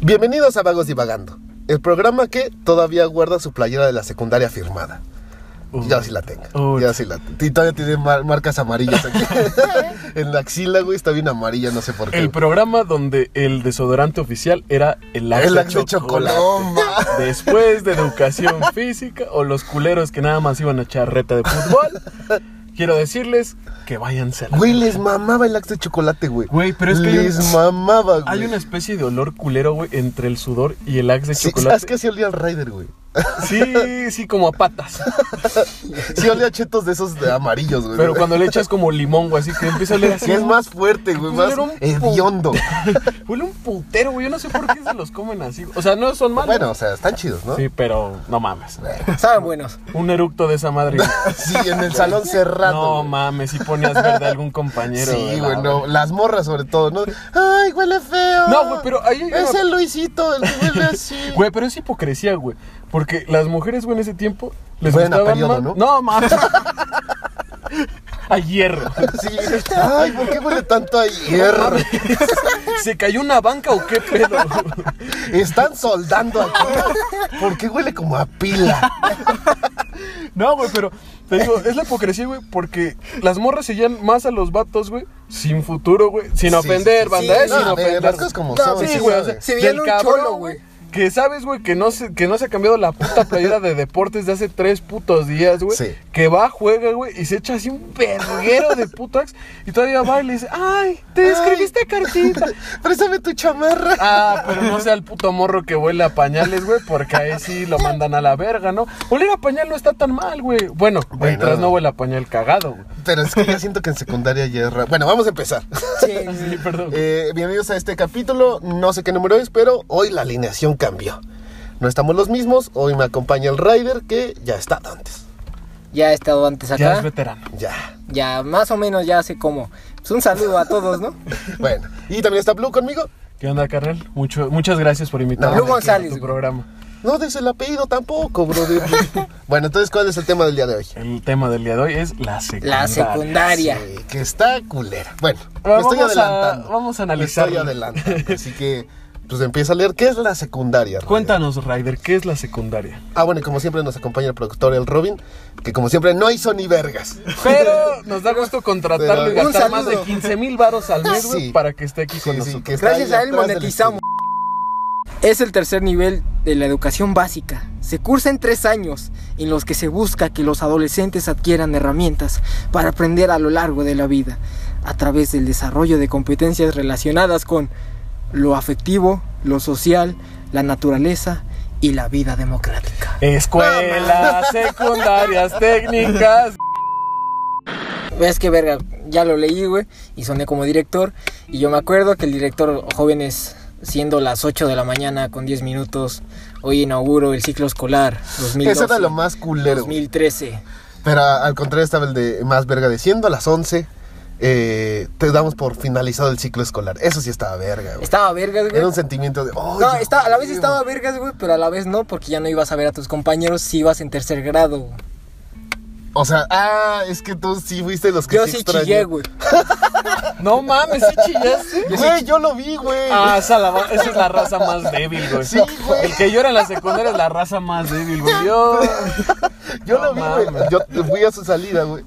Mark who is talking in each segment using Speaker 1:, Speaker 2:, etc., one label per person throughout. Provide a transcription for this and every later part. Speaker 1: Bienvenidos a Vagos Divagando, el programa que todavía guarda su playera de la secundaria firmada.
Speaker 2: Uh.
Speaker 1: Ya sí la tengo.
Speaker 2: Uh.
Speaker 1: Ya sí la tengo. Y todavía tiene mar- marcas amarillas aquí. en la axila, güey, está bien amarilla, no sé por qué.
Speaker 2: El programa donde el desodorante oficial era el Axe,
Speaker 1: El Axe
Speaker 2: Chocolate.
Speaker 1: Chocolate.
Speaker 2: Después de educación física o los culeros que nada más iban a echar reta de fútbol, quiero decirles que váyanse a la...
Speaker 1: Güey, les mamaba el axe de chocolate, güey.
Speaker 2: Güey, pero es que hay
Speaker 1: Les
Speaker 2: un-
Speaker 1: mamaba, güey.
Speaker 2: Hay una especie de olor culero, güey, entre el sudor y el Axe de
Speaker 1: Sí,
Speaker 2: chocolate.
Speaker 1: ¿Sabes que sí olía al Raider, güey?
Speaker 2: Sí, sí, como a patas.
Speaker 1: Sí olía a chetos de esos de amarillos, güey.
Speaker 2: Pero cuando le echas como limón, güey, así que empieza a oler así.
Speaker 1: Sí, es más fuerte, güey, más
Speaker 2: Era un pu-
Speaker 1: hediondo.
Speaker 2: Huele un putero, güey. Yo no sé por qué se los comen así. O sea, no son malos.
Speaker 1: Bueno, o sea, están chidos, ¿no?
Speaker 2: Sí, pero no mames.
Speaker 3: Saben buenos.
Speaker 2: Un eructo de esa madre.
Speaker 1: Sí, en el salón cerrado.
Speaker 2: No
Speaker 1: güey.
Speaker 2: mames, si ponías verde a algún compañero.
Speaker 1: Sí,
Speaker 2: de la-
Speaker 1: güey, no, las morras sobre todo, ¿no? Ay, huele feo.
Speaker 2: No, güey, pero ahí hay
Speaker 1: Es
Speaker 2: una-
Speaker 1: el Luisito, el que huele así.
Speaker 2: Güey, pero es hipocresía, güey. Porque las mujeres, güey, en ese tiempo les
Speaker 1: Fueron a
Speaker 2: gustaban
Speaker 1: periodo,
Speaker 2: más-
Speaker 1: ¿no?
Speaker 2: mames. A hierro.
Speaker 1: Sí. Ay, ¿por qué huele tanto a hierro?
Speaker 2: ¿Se cayó una banca o qué pedo?
Speaker 1: Están soldando aquí. ¿Por qué huele como a pila?
Speaker 2: No, güey, pero te digo, es la hipocresía, güey, porque las morras seguían más a los vatos, güey, sin futuro, güey, sin
Speaker 1: Sí,
Speaker 2: ofender,
Speaker 1: sí,
Speaker 2: banda,
Speaker 1: sí.
Speaker 2: eh,
Speaker 1: No,
Speaker 2: sin
Speaker 1: a ver,
Speaker 2: ofender.
Speaker 1: las cosas como
Speaker 2: No,
Speaker 1: son,
Speaker 2: sí,
Speaker 1: sí
Speaker 2: güey, o
Speaker 1: sabe.
Speaker 2: sea,
Speaker 3: Se veía
Speaker 2: del
Speaker 3: un
Speaker 2: cabrón,
Speaker 3: cholo, güey.
Speaker 2: Que sabes, güey, que no, se, que no se ha cambiado la puta playera de deportes de hace tres putos días, güey.
Speaker 1: Sí.
Speaker 2: Que va, juega, güey, y se echa así un verguero de putax. Y todavía va y le dice, ay, te escribiste cartita.
Speaker 1: Présame tu chamarra.
Speaker 2: Ah, pero no sea el puto morro que huele a pañales, güey, porque ahí sí lo mandan a la verga, ¿no? Oler a pañal no está tan mal, güey. Bueno, mientras no huele a pañal cagado, güey.
Speaker 1: Pero es que ya siento que en secundaria ya es raro. Bueno, vamos a empezar.
Speaker 3: Sí.
Speaker 2: Sí, perdón.
Speaker 1: Eh, bienvenidos a este capítulo. No sé qué número es, pero hoy la alineación cambió. No estamos los mismos. Hoy me acompaña el Rider que ya está antes.
Speaker 3: Ya he estado antes
Speaker 2: ya es
Speaker 3: acá.
Speaker 2: veterano.
Speaker 1: Ya.
Speaker 3: Ya, más o menos ya sé cómo. Pues un saludo a todos, ¿no?
Speaker 1: Bueno, y también está Blue conmigo.
Speaker 2: ¿Qué onda, carnal? Mucho, muchas gracias por invitarme
Speaker 1: No,
Speaker 2: aquí
Speaker 3: González,
Speaker 2: a tu
Speaker 3: güey.
Speaker 2: programa.
Speaker 1: No des el apellido tampoco, brother. bueno, entonces, ¿cuál es el tema del día de hoy?
Speaker 2: El tema del día de hoy es la secundaria.
Speaker 3: La secundaria.
Speaker 1: Eh, que está culera. Bueno,
Speaker 2: Ahora
Speaker 1: me estoy
Speaker 2: vamos a-
Speaker 1: adelantando.
Speaker 2: vamos a
Speaker 1: Me
Speaker 2: analizarlo.
Speaker 1: estoy adelantando. Así que, pues empieza a leer. ¿Qué es la secundaria? Roger?
Speaker 2: Cuéntanos, Ryder, ¿qué es la secundaria?
Speaker 1: Ah, bueno, y como siempre nos acompaña el productor, el Robin, que como siempre no hizo ni vergas.
Speaker 2: Pero nos da gusto contratarlo y
Speaker 1: Pero-
Speaker 3: Un
Speaker 2: gastar más de
Speaker 3: saludo.
Speaker 2: 15 mil varos al mes, güey,
Speaker 1: Sí.
Speaker 2: para que esté aquí con
Speaker 1: Sí, sí,
Speaker 2: nosotros.
Speaker 1: que está
Speaker 3: Gracias
Speaker 1: ahí
Speaker 3: a él
Speaker 1: atrás del
Speaker 3: monetizamos. Es el tercer nivel de la educación básica. Se cursa en tres años, en los que se busca que los adolescentes adquieran herramientas para aprender a lo largo de la vida, a través del desarrollo de competencias relacionadas con lo afectivo, lo social, la naturaleza y la vida democrática.
Speaker 2: Escuelas secundarias técnicas.
Speaker 3: Ves que verga, ya lo leí, güey, y soné como director. Y yo me acuerdo que el director jóvenes, siendo las 8 de la mañana con 10 minutos, hoy inauguro el ciclo escolar 2012,
Speaker 1: Eso era lo más culero. güey.
Speaker 3: 2013.
Speaker 1: Pero a- al contrario estaba el de más verga de siendo a las 11. eh, te damos por finalizado el ciclo escolar. Eso sí estaba verga, güey.
Speaker 3: Estaba vergas, güey.
Speaker 1: Era un sentimiento de. "Oye,
Speaker 3: No, estaba- a la vez
Speaker 1: güey".
Speaker 3: estaba vergas, güey, pero a la vez no, porque ya no ibas a ver a tus compañeros si ibas en tercer grado. güey.
Speaker 1: O sea, ah, es que tú sí fuiste los que
Speaker 3: Yo
Speaker 1: sí
Speaker 3: sí
Speaker 1: extrañé.
Speaker 3: chillé, güey.
Speaker 2: No mames, ¿sí chillaste?
Speaker 1: Güey, yo lo vi, güey.
Speaker 2: Ah, esa, la- esa es la raza más débil, güey.
Speaker 1: Sí, güey.
Speaker 2: El que llora en la secundaria es la raza más débil, güey. Yo...
Speaker 1: Yo
Speaker 2: No
Speaker 1: lo vi, güey.
Speaker 2: mames.
Speaker 1: Yo fui a su salida, güey.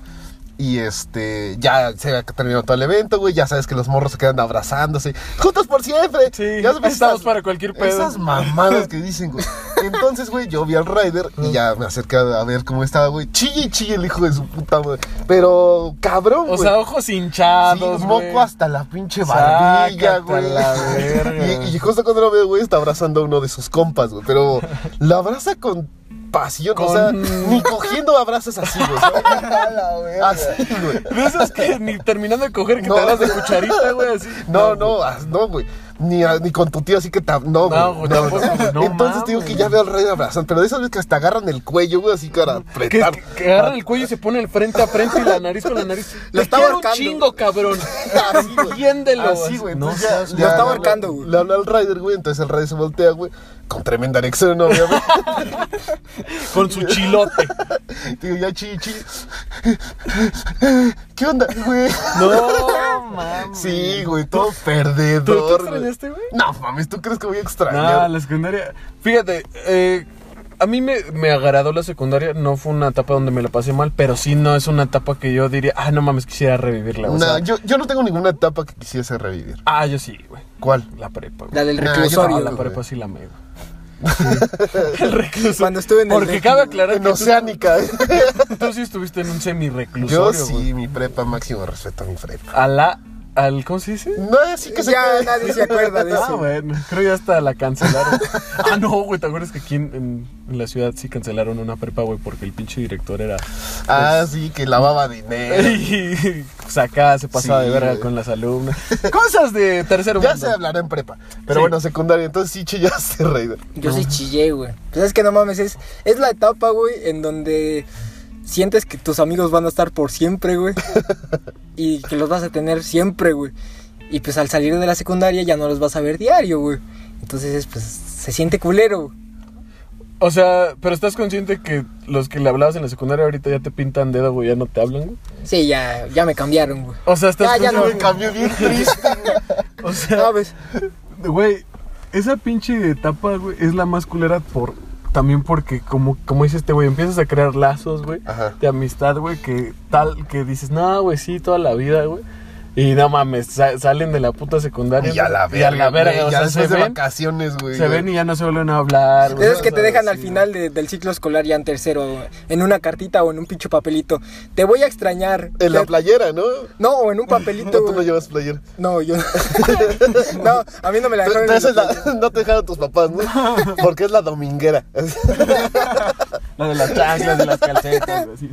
Speaker 1: Y este, ya se ha terminado todo el evento, güey. Ya sabes que los morros se quedan abrazándose. ¡Juntos por siempre!
Speaker 2: Sí,
Speaker 1: ya sabes
Speaker 2: estamos
Speaker 1: esas-
Speaker 2: para cualquier pedo.
Speaker 1: Esas mamadas que dicen, güey. Entonces, güey, yo vi al Rider y ya me acerqué a ver cómo estaba, güey. Chille, y chille el hijo de su puta madre. Pero, cabrón,
Speaker 2: O
Speaker 1: güey.
Speaker 2: sea, ojos
Speaker 1: Sí,
Speaker 2: hinchados,
Speaker 1: moco
Speaker 2: güey.
Speaker 1: hasta la pinche barbilla,
Speaker 2: Sácate
Speaker 1: güey.
Speaker 2: la verga.
Speaker 1: Y, y justo cuando lo veo, güey, está abrazando a uno de sus compas, güey. Pero la abraza con pasión, o
Speaker 2: Con-
Speaker 1: sea, ni cogiendo abrazas así, güey. ¿sabes? así, güey.
Speaker 2: De esos que ni terminando de coger que
Speaker 1: No.
Speaker 2: te das de cucharita, güey, así.
Speaker 1: No, no, as- no, güey. Ni, a- ni con tu tío, así que tam- no, güey.
Speaker 2: No, güey, tampoco, güey, no
Speaker 1: Entonces te digo que
Speaker 2: mames.
Speaker 1: ya veo al rey abrazando, pero de esas veces que hasta agarran el cuello, güey, así para
Speaker 2: Que,
Speaker 1: apretar.
Speaker 2: que- que agarran el cuello y se pone el frente a frente y la nariz con la nariz.
Speaker 3: Lo
Speaker 2: Te
Speaker 3: está
Speaker 2: quiero un
Speaker 3: ahorcando.
Speaker 2: chingo, cabrón.
Speaker 1: Así, güey.
Speaker 2: Entiéndelo.
Speaker 1: Así, güey.
Speaker 2: No
Speaker 1: entonces
Speaker 2: seas-
Speaker 1: ya-
Speaker 3: lo
Speaker 1: ya
Speaker 3: está
Speaker 1: le habla-
Speaker 3: marcando, güey.
Speaker 1: Le habla al Rider, güey. Entonces el Rider se voltea, güey. Con tremenda erección, obviamente.
Speaker 2: Con su chilote.
Speaker 1: Digo, ya chi, chi. ¿Qué onda, güey?
Speaker 2: No, mames.
Speaker 1: Sí, güey, todo
Speaker 2: ¿Tú, tú
Speaker 1: perdedor. güey.
Speaker 2: extrañarías estudiaste, güey?
Speaker 1: No mames, ¿tú crees que voy a
Speaker 2: No,
Speaker 1: extrañar?
Speaker 2: la secundaria. Fíjate, eh, a mí me, me agradó la secundaria. No fue una etapa donde me la pasé mal, pero sí no es una etapa que yo diría, ah, no mames, quisiera revivirla. o
Speaker 1: No,
Speaker 2: sea,
Speaker 1: yo, yo no tengo ninguna etapa que quisiese revivir.
Speaker 2: Ah, yo sí, güey.
Speaker 1: ¿Cuál?
Speaker 2: La prepa, güey. Ah,
Speaker 3: La del
Speaker 1: Nah, yo
Speaker 3: reclusorio.
Speaker 1: no,
Speaker 2: la
Speaker 1: güey.
Speaker 2: prepa sí la amé, güey. el recluso.
Speaker 3: Cuando estuve en el
Speaker 2: Porque
Speaker 3: reclu-
Speaker 2: cabe aclarar
Speaker 1: En
Speaker 2: que tú-
Speaker 1: Oceánica.
Speaker 2: tú, sí estuviste en un semi-reclusorio,
Speaker 1: Yo sí, mi prepa, máximo respeto a mi prepa.
Speaker 2: A la... Al, ¿Cómo se dice?
Speaker 1: No, sí que se
Speaker 3: Ya
Speaker 1: puede.
Speaker 3: nadie se acuerda de
Speaker 2: Ah,
Speaker 3: eso.
Speaker 2: bueno, creo ya hasta la cancelaron. ah, no, güey, ¿te acuerdas que aquí en, en- en la ciudad sí cancelaron una prepa, güey? Porque el pinche director era...
Speaker 1: Ah, sí, que lavaba dinero.
Speaker 2: Y sacaba, se pasaba
Speaker 1: Sí,
Speaker 2: de verga
Speaker 1: güey.
Speaker 2: con las alumnas. Cosas de tercer mundo.
Speaker 1: Ya se hablará en prepa. Pero
Speaker 2: Sí.
Speaker 1: bueno, secundaria, entonces sí chillaste, Raider.
Speaker 3: Yo sí chillé, güey. Pues es que no mames, es, es la etapa, güey, en donde sientes que tus amigos van a estar por siempre, güey. y que los vas a tener siempre, güey. Y pues al salir de la secundaria ya no los vas a ver diario, güey. Entonces, pues se siente culero.
Speaker 2: O sea, pero estás consciente que los que le hablabas en la secundaria ahorita ya te pintan dedo, güey, ya no te hablan, güey.
Speaker 3: Sí, ya, ya me cambiaron, güey.
Speaker 2: O sea, estás
Speaker 3: Ya, ya
Speaker 1: Yo
Speaker 2: consciente-
Speaker 1: me cambié bien triste.
Speaker 2: O sea,
Speaker 3: ¿Sabes?
Speaker 2: güey, esa pinche etapa, güey, es la más culera por. También porque, como, como dice este güey, empiezas a crear lazos, güey,
Speaker 1: Ajá.
Speaker 2: de amistad, güey, que tal, que dices, no, güey, sí, toda la vida, güey. Y no mames, sa- salen de la puta secundaria.
Speaker 1: Y a la verga.
Speaker 2: güey, Y a la verga,
Speaker 1: güey,
Speaker 2: o
Speaker 1: ya
Speaker 2: sea, se
Speaker 1: después de
Speaker 2: ven,
Speaker 1: vacaciones, güey.
Speaker 2: se ven y ya no se vuelven a hablar, güey.
Speaker 3: Esas que te dejan al
Speaker 1: sí,
Speaker 3: final de- del ciclo escolar ya en tercero, güey, en una cartita o en un pinche papelito. Te voy a extrañar.
Speaker 1: En la
Speaker 3: Te-
Speaker 1: playera, ¿no?
Speaker 3: No, o en un
Speaker 1: No,
Speaker 3: papelito.
Speaker 1: tú no
Speaker 3: güey.
Speaker 1: llevas playera.
Speaker 3: No, yo. no, a mí no me la dejaron.
Speaker 1: Pero esa es
Speaker 3: en el-
Speaker 1: la- no te dejaron tus papás, ¿no? Porque es la dominguera.
Speaker 2: La de las chanclas, de las calcetas, güey. así.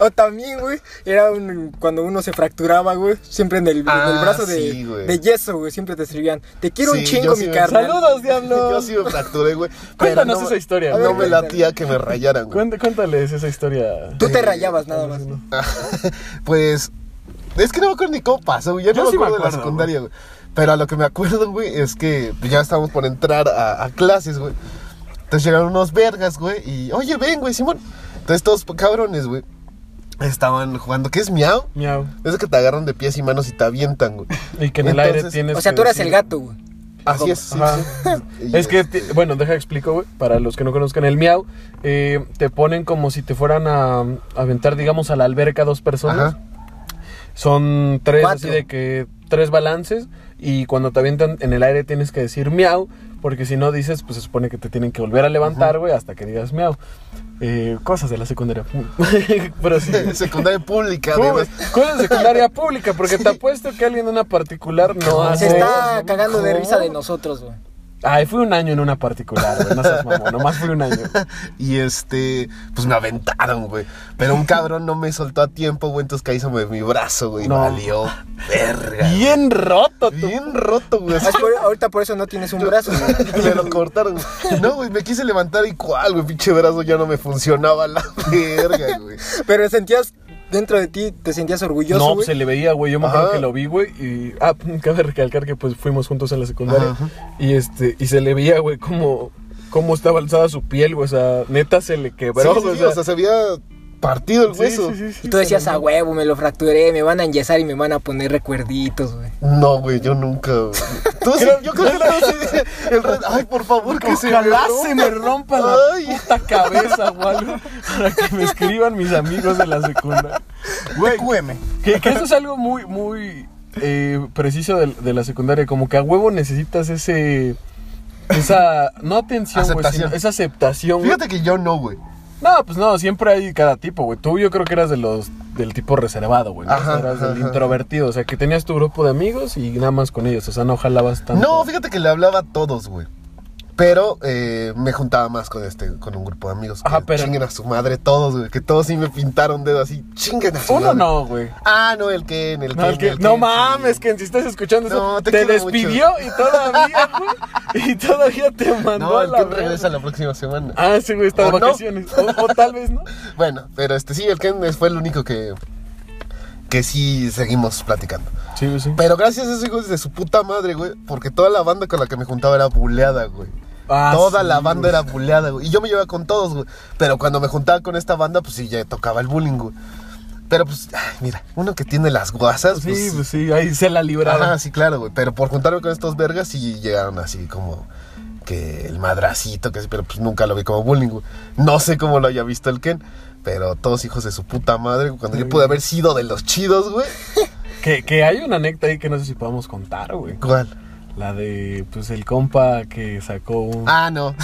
Speaker 3: O también, güey, era un- cuando uno se fracturaba, güey, siempre en el, en el
Speaker 1: Ah,
Speaker 3: brazo de,
Speaker 1: sí, güey.
Speaker 3: de yeso, güey, siempre te escribían. Te quiero
Speaker 1: Sí,
Speaker 3: un chingo,
Speaker 1: yo
Speaker 3: mi
Speaker 1: sí me-
Speaker 3: carnal.
Speaker 2: Saludos, diablo.
Speaker 1: Yo sí me fracturé, güey. pero
Speaker 2: Cuéntanos
Speaker 1: no-
Speaker 2: esa historia,
Speaker 1: No me
Speaker 2: güey.
Speaker 1: latía que me rayaran, güey.
Speaker 2: Cuént- Cuéntales esa historia.
Speaker 3: Tú te rayabas nada más.
Speaker 1: Pues. Es que no me acuerdo ni cómo pasó, güey. Yo
Speaker 2: Yo
Speaker 1: no
Speaker 2: sí me
Speaker 1: me acuerdo de la
Speaker 2: acuerdo,
Speaker 1: secundaria, güey. Pero a lo que me acuerdo, güey, es que pues, ya estábamos por entrar a, a clases, güey. Entonces llegaron unos vergas, güey. Y, oye, ven, güey, Simón. Entonces todos cabrones, güey. Estaban jugando. ¿Qué es miau?
Speaker 2: Miau.
Speaker 1: Es que te agarran de pies y manos y te avientan, güey.
Speaker 2: Y que en el
Speaker 1: Entonces,
Speaker 2: aire tienes.
Speaker 3: O sea,
Speaker 2: que
Speaker 3: tú eras el
Speaker 2: decir-
Speaker 3: gato, güey.
Speaker 1: Así es, sí,
Speaker 2: Ajá.
Speaker 1: sí. Y,
Speaker 2: Es que,
Speaker 1: este,
Speaker 2: ti- bueno, deja explico, güey. Para los que no conozcan el miau, eh, te ponen como si te fueran a, a aventar, digamos, a la alberca dos personas.
Speaker 1: Ajá.
Speaker 2: Son tres,
Speaker 3: Cuatro.
Speaker 2: así de que tres balances. Y cuando te avientan en el aire tienes que decir miau, porque si no dices, pues se supone que te tienen que volver a levantar, güey, hasta que digas miau. Eh, cosas de la secundaria. Pero sí.
Speaker 1: Secundaria pública,
Speaker 2: ¿Cómo
Speaker 1: además.
Speaker 2: ves? Escuela de secundaria pública, porque te apuesto que alguien de una particular no hace.
Speaker 3: Se está
Speaker 2: no,
Speaker 3: cagando de
Speaker 2: no.
Speaker 3: risa de nosotros, güey.
Speaker 2: Ay, fui un año en una particular, güey, no seas mamón, nomás fui un año.
Speaker 1: Y este, pues me aventaron, güey. Pero un cabrón no me soltó a tiempo, güey. Entonces caí sobre mi brazo, güey. y
Speaker 2: No.
Speaker 1: Valió verga. güey.
Speaker 2: Bien roto, tú.
Speaker 1: Bien roto, güey.
Speaker 3: Es por- ahorita por eso no tienes un brazo, güey.
Speaker 1: Me lo cortaron. güey. No, güey, me quise levantar y cuál, güey. Pinche brazo ya no me funcionaba la verga, güey.
Speaker 3: Pero sentías, dentro de ti, te sentías orgulloso,
Speaker 2: no, pues,
Speaker 3: güey.
Speaker 2: se le veía, güey. Yo me acuerdo
Speaker 1: Ajá.
Speaker 2: que lo vi, güey. Y. Ah, cabe recalcar que pues fuimos juntos en la secundaria.
Speaker 1: Ajá.
Speaker 2: Y este. Y se le veía, güey, cómo. cómo estaba alzada su piel, güey. O sea, neta se le quebró,
Speaker 1: sí, sí,
Speaker 2: güey.
Speaker 1: sí, o sea, se había partido el
Speaker 2: sí,
Speaker 1: hueso.
Speaker 2: sí, sí, sí,
Speaker 3: Y tú
Speaker 2: se
Speaker 3: decías,
Speaker 2: le-
Speaker 3: a huevo, me lo fracturé, me van a enyesar y me van a poner recuerditos, güey.
Speaker 1: No, güey, yo nunca. güey. Tú sí,
Speaker 2: Creo-
Speaker 1: yo creo que tú sí. El re- Ay, por favor, que se. me
Speaker 2: Ojalá
Speaker 1: rompa.
Speaker 2: se me rompa la
Speaker 1: Ay.
Speaker 2: puta cabeza o algo para que me escriban mis amigos de la secundaria. Güey,
Speaker 4: TQM.
Speaker 2: que, que eso es algo muy, muy eh, preciso del- de, la secundaria. Como que a huevo necesitas ese. Esa. No atención, güey,
Speaker 1: Aceptación.
Speaker 2: sino esa aceptación, güey.
Speaker 1: Fíjate que yo no, güey.
Speaker 2: No, pues no, siempre hay cada tipo, güey. Tú yo creo que eras de los del tipo reservado, güey. ¿no?
Speaker 1: Ajá,
Speaker 2: eras
Speaker 1: ajá,
Speaker 2: del
Speaker 1: ajá.
Speaker 2: introvertido, o sea, que tenías tu grupo de amigos y nada más con ellos, o sea, no jalabas tanto.
Speaker 1: No, fíjate que le hablaba a todos, güey. Pero eh, me juntaba más con este, con un grupo de amigos.
Speaker 2: Ajá,
Speaker 1: que
Speaker 2: pero-
Speaker 1: Chinguen a su madre todos, güey. Que todos sí me pintaron dedo así. Chinguen a su
Speaker 2: Uno
Speaker 1: madre.
Speaker 2: no, güey.
Speaker 1: Ah, no, el que, el
Speaker 2: No,
Speaker 1: Ken,
Speaker 2: el que-
Speaker 1: el
Speaker 2: no
Speaker 1: Ken,
Speaker 2: mames,
Speaker 1: sí.
Speaker 2: que si estás escuchando eso,
Speaker 1: No,
Speaker 2: te,
Speaker 1: te quiero
Speaker 2: despidió y todavía, güey, y todavía te mandó
Speaker 1: No,
Speaker 2: a
Speaker 1: el
Speaker 2: la
Speaker 1: que
Speaker 2: verga.
Speaker 1: regresa la próxima semana.
Speaker 2: Ah, sí, güey, está
Speaker 1: ¿O
Speaker 2: de
Speaker 1: no?
Speaker 2: vacaciones. O, o tal vez, ¿no?
Speaker 1: Bueno, pero este sí, el Ken fue el único que. Que sí seguimos platicando.
Speaker 2: Sí, güey, sí.
Speaker 1: Pero gracias a esos hijos de su puta madre, güey. Porque toda la banda con la que me juntaba era buleada, güey.
Speaker 2: Ah,
Speaker 1: Toda
Speaker 2: sí,
Speaker 1: la banda
Speaker 2: güey.
Speaker 1: era buleada, güey. Y yo me llevaba con todos, güey. Pero cuando me juntaba con esta banda, pues sí, ya tocaba el bullying, güey. Pero pues, ay, mira, uno que tiene las guasas,
Speaker 2: Sí,
Speaker 1: pues,
Speaker 2: pues sí, ahí se la libraron.
Speaker 1: Ajá, sí, claro, güey. Pero por juntarme con estos vergas sí llegaron así como que el madracito, que sí, pero pues nunca lo vi como bullying, güey. No sé cómo lo haya visto el Ken, pero todos hijos de su puta madre, güey, cuando yo pude haber sido de los chidos, güey.
Speaker 2: Que, que hay una anécdota ahí que no sé si podamos contar, güey.
Speaker 1: ¿Cuál?
Speaker 2: La de, pues, el compa que sacó un...
Speaker 1: Ah, no.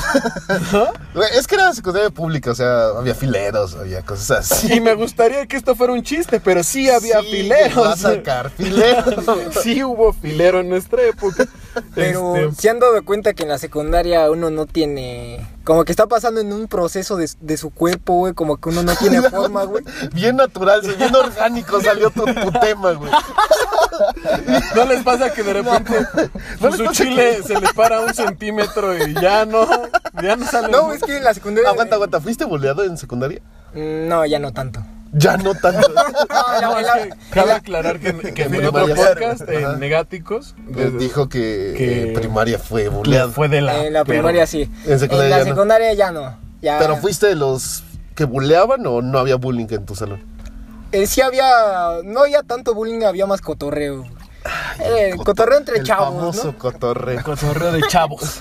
Speaker 2: ¿No?
Speaker 1: Güey, es que era secundaria pública, o sea, había fileros, había cosas así.
Speaker 2: Y me gustaría que esto fuera un chiste, pero sí había
Speaker 1: Sí, va a
Speaker 2: fileros.
Speaker 1: sacar fileros.
Speaker 2: sí hubo filero en nuestra época.
Speaker 3: Pero
Speaker 2: Este,
Speaker 3: se han dado cuenta que en la secundaria uno no tiene. Como que está pasando en un proceso de, de su cuerpo, güey. Como que uno no tiene forma, güey.
Speaker 1: Bien natural, sí, bien orgánico salió tu, tu tema, güey.
Speaker 2: ¿No les pasa que de repente pues,
Speaker 1: No les
Speaker 2: su
Speaker 1: pasa
Speaker 2: chile se les para un centímetro y ya no, ya no sale?
Speaker 3: No, es que en la secundaria.
Speaker 1: Aguanta, aguanta, ¿fuiste boleado en secundaria?
Speaker 3: Mm, No, ya no tanto.
Speaker 1: Ya no tanto.
Speaker 3: No,
Speaker 2: Ah, No,
Speaker 3: la-
Speaker 2: es
Speaker 3: la-
Speaker 2: que cabe aclarar que, que en
Speaker 1: en
Speaker 2: otro
Speaker 1: primaria
Speaker 2: podcast,
Speaker 1: cero. Ajá.
Speaker 2: en Negáticos,
Speaker 1: Les
Speaker 2: desde-
Speaker 1: dijo que,
Speaker 2: que-
Speaker 1: eh, primaria fue
Speaker 2: le
Speaker 1: buleado.
Speaker 2: fue de la.
Speaker 3: en la
Speaker 2: pero-
Speaker 3: primaria sí.
Speaker 1: En secundaria
Speaker 3: la
Speaker 1: ya no.
Speaker 3: secundaria ya no. Ya-
Speaker 1: Pero fuiste de los que buleaban o no había bullying en tu salón.
Speaker 3: Eh, sí había, no había tanto bullying, había más cotorreo. Eh,
Speaker 1: Coto-
Speaker 3: cotorreo entre
Speaker 1: el
Speaker 3: chavos,
Speaker 1: Famoso
Speaker 3: ¿no?
Speaker 1: cotorreo.
Speaker 2: Cotorreo de chavos.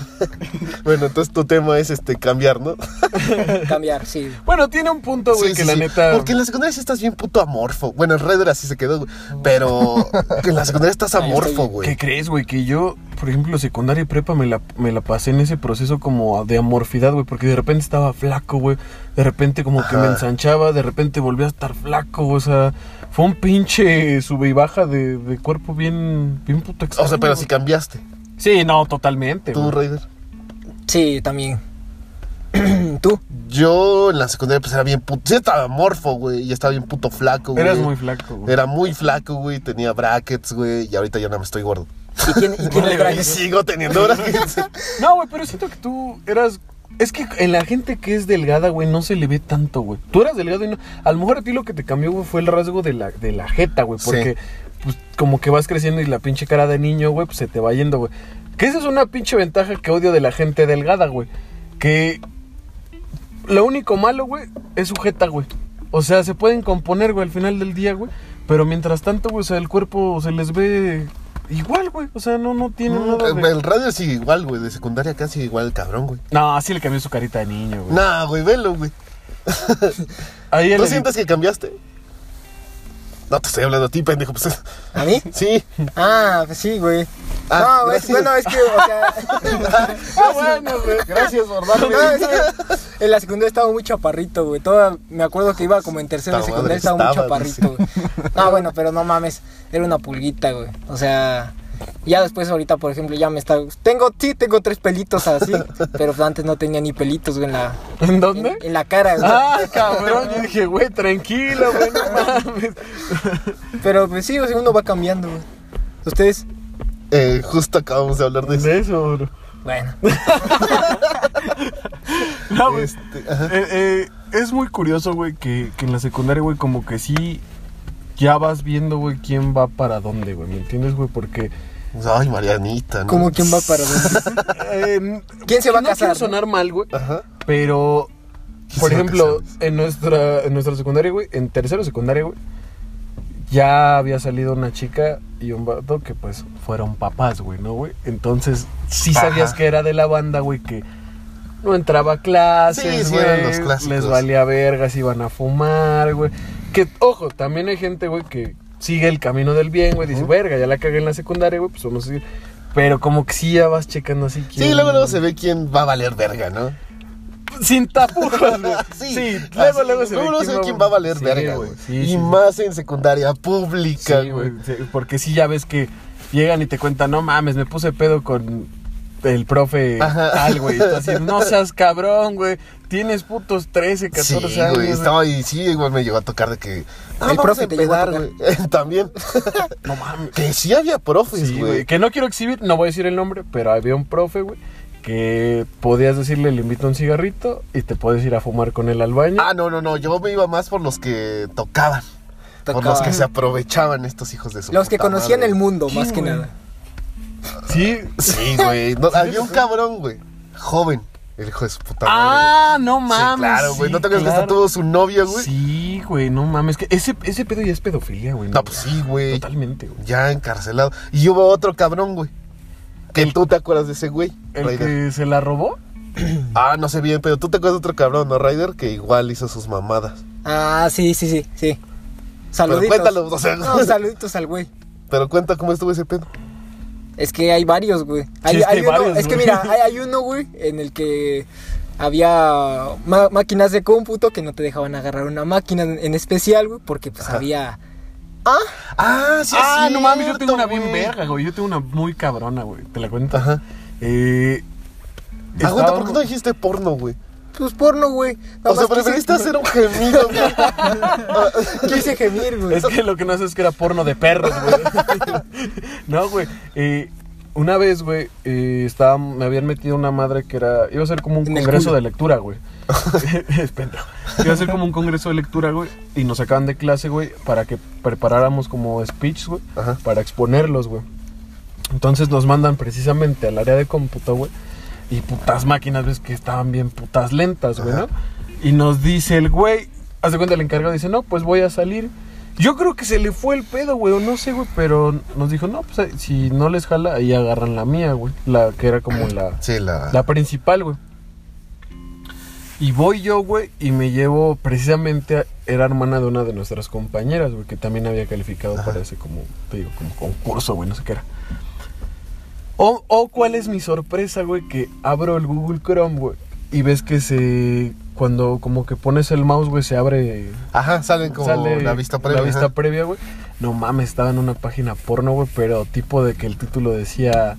Speaker 1: Bueno, entonces tu tema es este cambiar, ¿no?
Speaker 3: Cambiar, sí.
Speaker 2: Bueno, tiene un punto, güey, que la neta.
Speaker 1: Porque en la secundaria sí estás bien puto amorfo. Bueno, en Red así se quedó, güey. Pero que en la secundaria estás amorfo,
Speaker 2: ¿Qué
Speaker 1: güey.
Speaker 2: crees, güey? Que yo, por ejemplo, secundaria y prepa me la, me la pasé en ese proceso como de amorfidad, güey, porque de repente estaba flaco, güey. De repente como que me
Speaker 1: Ajá.
Speaker 2: ensanchaba, de repente volví a estar flaco, o sea, fue un pinche sube y baja de, de cuerpo bien, bien puto extraño.
Speaker 1: O sea, pero si
Speaker 2: güey.
Speaker 1: cambiaste.
Speaker 2: Sí, no, totalmente.
Speaker 1: Tú,
Speaker 2: güey.
Speaker 1: Raider.
Speaker 3: Sí, también. ¿Tú?
Speaker 1: Yo en la secundaria pues era bien puto. Sí, estaba amorfo, güey. Y estaba bien puto flaco, güey.
Speaker 2: Eras muy flaco, güey.
Speaker 1: Era muy flaco, güey. Tenía brackets, güey. Y ahorita ya no me estoy gordo.
Speaker 3: ¿Y quién, y quién
Speaker 2: Vale,
Speaker 3: le trae?
Speaker 1: Y sigo teniendo brackets.
Speaker 2: No, güey, pero siento que tú eras. Es que en la gente que es delgada, güey, no se le ve tanto, güey. Tú eras delgado y no. A lo mejor a ti lo que te cambió, güey, fue el rasgo de la, de la jeta, güey.
Speaker 1: Sí.
Speaker 2: Porque, pues, como que vas creciendo y la pinche cara de niño, güey, pues se te va yendo, güey. Que esa es una pinche ventaja que odio de la gente delgada, güey. Que lo único malo, güey, es su jeta, güey. O sea, se pueden componer, güey, al final del día, güey. Pero mientras tanto, güey, o sea, el cuerpo se les ve igual, güey. O sea, no, no tiene
Speaker 1: Mm,
Speaker 2: nada de...
Speaker 1: El radio sigue igual, güey. De secundaria casi igual el cabrón, güey.
Speaker 2: No, así le cambió su carita de niño, güey.
Speaker 1: Nah, güey, velo, güey.
Speaker 2: Ahí el
Speaker 1: ¿Tú
Speaker 2: edit-
Speaker 1: sientes que cambiaste? No te estoy hablando a ti, pendejo. Pues,
Speaker 3: ¿A mí?
Speaker 1: sí.
Speaker 3: Ah, pues sí, güey.
Speaker 1: Ah,
Speaker 3: no, es,
Speaker 1: gracias.
Speaker 3: bueno, es que, o sea,
Speaker 2: Ah, bueno, güey.
Speaker 1: Gracias por
Speaker 3: no, es que en la secundaria estaba muy chaparrito, güey. Toda, me acuerdo que iba como en tercero de
Speaker 1: Esta
Speaker 3: secundaria,
Speaker 1: madre
Speaker 3: estaba muy
Speaker 1: estaba,
Speaker 3: chaparrito, güey. No, bueno, pero no mames, era una pulguita, güey. O sea, ya después ahorita, por ejemplo, ya me está... Tengo, sí, tengo tres pelitos así, pero pues antes no tenía ni pelitos, güey, en la,
Speaker 2: ¿En
Speaker 3: en,
Speaker 2: dónde?
Speaker 3: en la cara, güey.
Speaker 2: Ah, cabrón. Yo dije, güey, tranquilo, güey, no mames.
Speaker 3: Pero pues sí, o sea, uno va cambiando, güey. Ustedes,
Speaker 1: Eh, justo acabamos de hablar de eso.
Speaker 2: De eso, bro.
Speaker 3: bueno.
Speaker 2: No, güey.
Speaker 1: Este, ajá.
Speaker 2: Eh, eh, es muy curioso, güey, que, que en la secundaria, güey, como que sí ya vas viendo, güey, quién va para dónde, güey. ¿Me entiendes, güey? Porque.
Speaker 1: Ay, Marianita. ¿no?
Speaker 3: ¿Cómo quién va para dónde?
Speaker 2: eh,
Speaker 3: ¿Quién se va a
Speaker 2: no
Speaker 3: casar,
Speaker 2: quiero
Speaker 3: no?
Speaker 2: sonar mal, güey.
Speaker 1: Ajá.
Speaker 2: Pero,
Speaker 1: ¿Quién
Speaker 2: por
Speaker 1: se va a
Speaker 2: ejemplo,
Speaker 1: casar?
Speaker 2: en nuestra, en nuestra secundaria, güey, en tercero de secundaria, güey, ya había salido una chica y un vato que, pues, fueron papás, güey, ¿no, güey? Entonces, sí sabías
Speaker 1: Ajá.
Speaker 2: que era de la banda, güey, que no entraba a
Speaker 1: Sí,
Speaker 2: clases,
Speaker 1: sí,
Speaker 2: güey,
Speaker 1: eran los clásicos.
Speaker 2: les valía vergas, iban a fumar, güey. Que, ojo, también hay gente, güey, que sigue el camino del bien, güey, dice,
Speaker 1: Ujú.
Speaker 2: verga, ya la cagué en la secundaria, güey, pues vamos a seguir. Pero como que sí ya vas checando así.
Speaker 1: Sí, luego, luego se ve quién va a valer verga, ¿no?
Speaker 2: Sin tapujos, güey.
Speaker 1: Sí,
Speaker 2: Sí,
Speaker 1: así,
Speaker 2: luego, luego se ve.
Speaker 1: luego sé quién va a valer
Speaker 2: Sí,
Speaker 1: verga, güey.
Speaker 2: Sí,
Speaker 1: y
Speaker 2: sí,
Speaker 1: más en secundaria
Speaker 2: sí,
Speaker 1: pública,
Speaker 2: güey.
Speaker 1: güey.
Speaker 2: Sí, Porque sí, ya ves que llegan y te cuentan, no mames, me puse pedo con el profe
Speaker 1: Ajá.
Speaker 2: tal, güey. Y tú así, no seas cabrón, güey. Tienes putos 13, 14
Speaker 1: Sí,
Speaker 2: años.
Speaker 1: güey,
Speaker 2: güey.
Speaker 1: estaba ahí, sí, igual me llegó a tocar de que... "Ah,
Speaker 3: El
Speaker 1: vamos
Speaker 3: profe
Speaker 1: a
Speaker 3: te llegó a
Speaker 1: empedar, güey. También.
Speaker 2: No mames.
Speaker 1: Que sí había profes,
Speaker 2: Sí,
Speaker 1: güey.
Speaker 2: güey. Que no quiero exhibir, no voy a decir el nombre, pero había un profe, güey. Que podías decirle, le invito un cigarrito y te puedes ir a fumar con él al baño.
Speaker 1: Ah, no, no, no, yo me iba más por los que tocaban. Por Pues los que se aprovechaban estos hijos de su
Speaker 3: Los que
Speaker 1: puta
Speaker 3: conocían
Speaker 1: madre.
Speaker 3: el mundo, más que
Speaker 2: güey?
Speaker 3: nada.
Speaker 2: Sí,
Speaker 1: Sí, güey. no, había un cabrón, güey. Joven. El hijo de su puta madre.
Speaker 2: Ah, no
Speaker 1: güey.
Speaker 2: mames.
Speaker 1: Sí, claro, güey. ¿No te acuerdas que
Speaker 2: claro.
Speaker 1: hasta tuvo su novia, güey?
Speaker 2: Sí, güey, no mames. Que ese, ese pedo ya es pedofilia, güey.
Speaker 1: No, pues sí, güey.
Speaker 2: Totalmente, güey.
Speaker 1: Ya encarcelado. Y hubo otro cabrón, güey. Que tú te acuerdas de ese güey.
Speaker 2: El
Speaker 1: Raider.
Speaker 2: que se la robó.
Speaker 1: Ah, no sé bien, pero tú te acuerdas de otro cabrón, ¿no, Ryder? Que igual hizo sus mamadas.
Speaker 3: Ah, sí, sí, sí, sí. Saluditos.
Speaker 1: cuéntalo, o sea,
Speaker 3: No, saluditos al güey.
Speaker 1: Pero cuenta cómo estuvo ese pedo.
Speaker 3: Es que hay varios, güey. Hay,
Speaker 2: es que
Speaker 3: hay
Speaker 2: hay
Speaker 3: uno-
Speaker 2: varios,
Speaker 3: es que
Speaker 2: güey.
Speaker 3: mira, hay, hay uno, güey, en el que había ma- máquinas de cómputo que no te dejaban agarrar una máquina en, en especial, güey, porque pues había... Ah,
Speaker 1: Ah, sí,
Speaker 2: ah,
Speaker 1: es
Speaker 2: no mames, yo
Speaker 1: cierto,
Speaker 2: tengo una bien
Speaker 1: güey.
Speaker 2: verga, güey. Yo tengo una muy cabrona, güey. ¿Te la cuento?
Speaker 1: Ajá.
Speaker 2: Eh.
Speaker 1: Aguanta, Ah, ¿por
Speaker 2: estábamos-
Speaker 1: qué no dijiste porno, güey?
Speaker 3: pues porno, güey. Nada
Speaker 1: O sea,
Speaker 3: más quise-
Speaker 1: preferiste hacer un gemido, güey.
Speaker 3: Quise gemir, güey.
Speaker 2: Es que lo que no sé es que era porno de perros, güey. no, güey. eh, una vez, güey, eh, estaba, me habían metido una madre que era. Iba a ser como un
Speaker 3: En el
Speaker 2: congreso
Speaker 3: culo.
Speaker 2: de lectura, güey. Es pendejo. Iba a ser como un congreso de lectura, güey. Y nos sacaban de clase, güey, para que preparáramos como speech, güey.
Speaker 1: Ajá.
Speaker 2: Para exponerlos, güey. Entonces nos mandan precisamente al área de cómputo, güey. Y putas máquinas, ves que estaban bien putas lentas, güey, ¿no? Y nos dice el güey, hace cuenta el encargado, dice, no, pues voy a salir. Yo creo que se le fue el pedo, güey, o no sé, güey, pero nos dijo, no, pues eh, si no les jala, ahí agarran la mía, güey. La que era como la,
Speaker 1: Sí, la...
Speaker 2: la principal, güey. Y voy yo, güey, y me llevo precisamente, a- era hermana de una de nuestras compañeras, güey, que también había calificado para ese como, te digo, como concurso, güey, no sé qué era. O, o cuál es mi sorpresa, güey, que abro el Google Chrome, güey, y ves que se, cuando como que pones el mouse, güey, se abre
Speaker 1: Ajá, salen como
Speaker 2: sale
Speaker 1: la vista previa.
Speaker 2: La vista
Speaker 1: ajá.
Speaker 2: previa, güey. No mames, estaba en una página porno, güey, pero tipo de que el título decía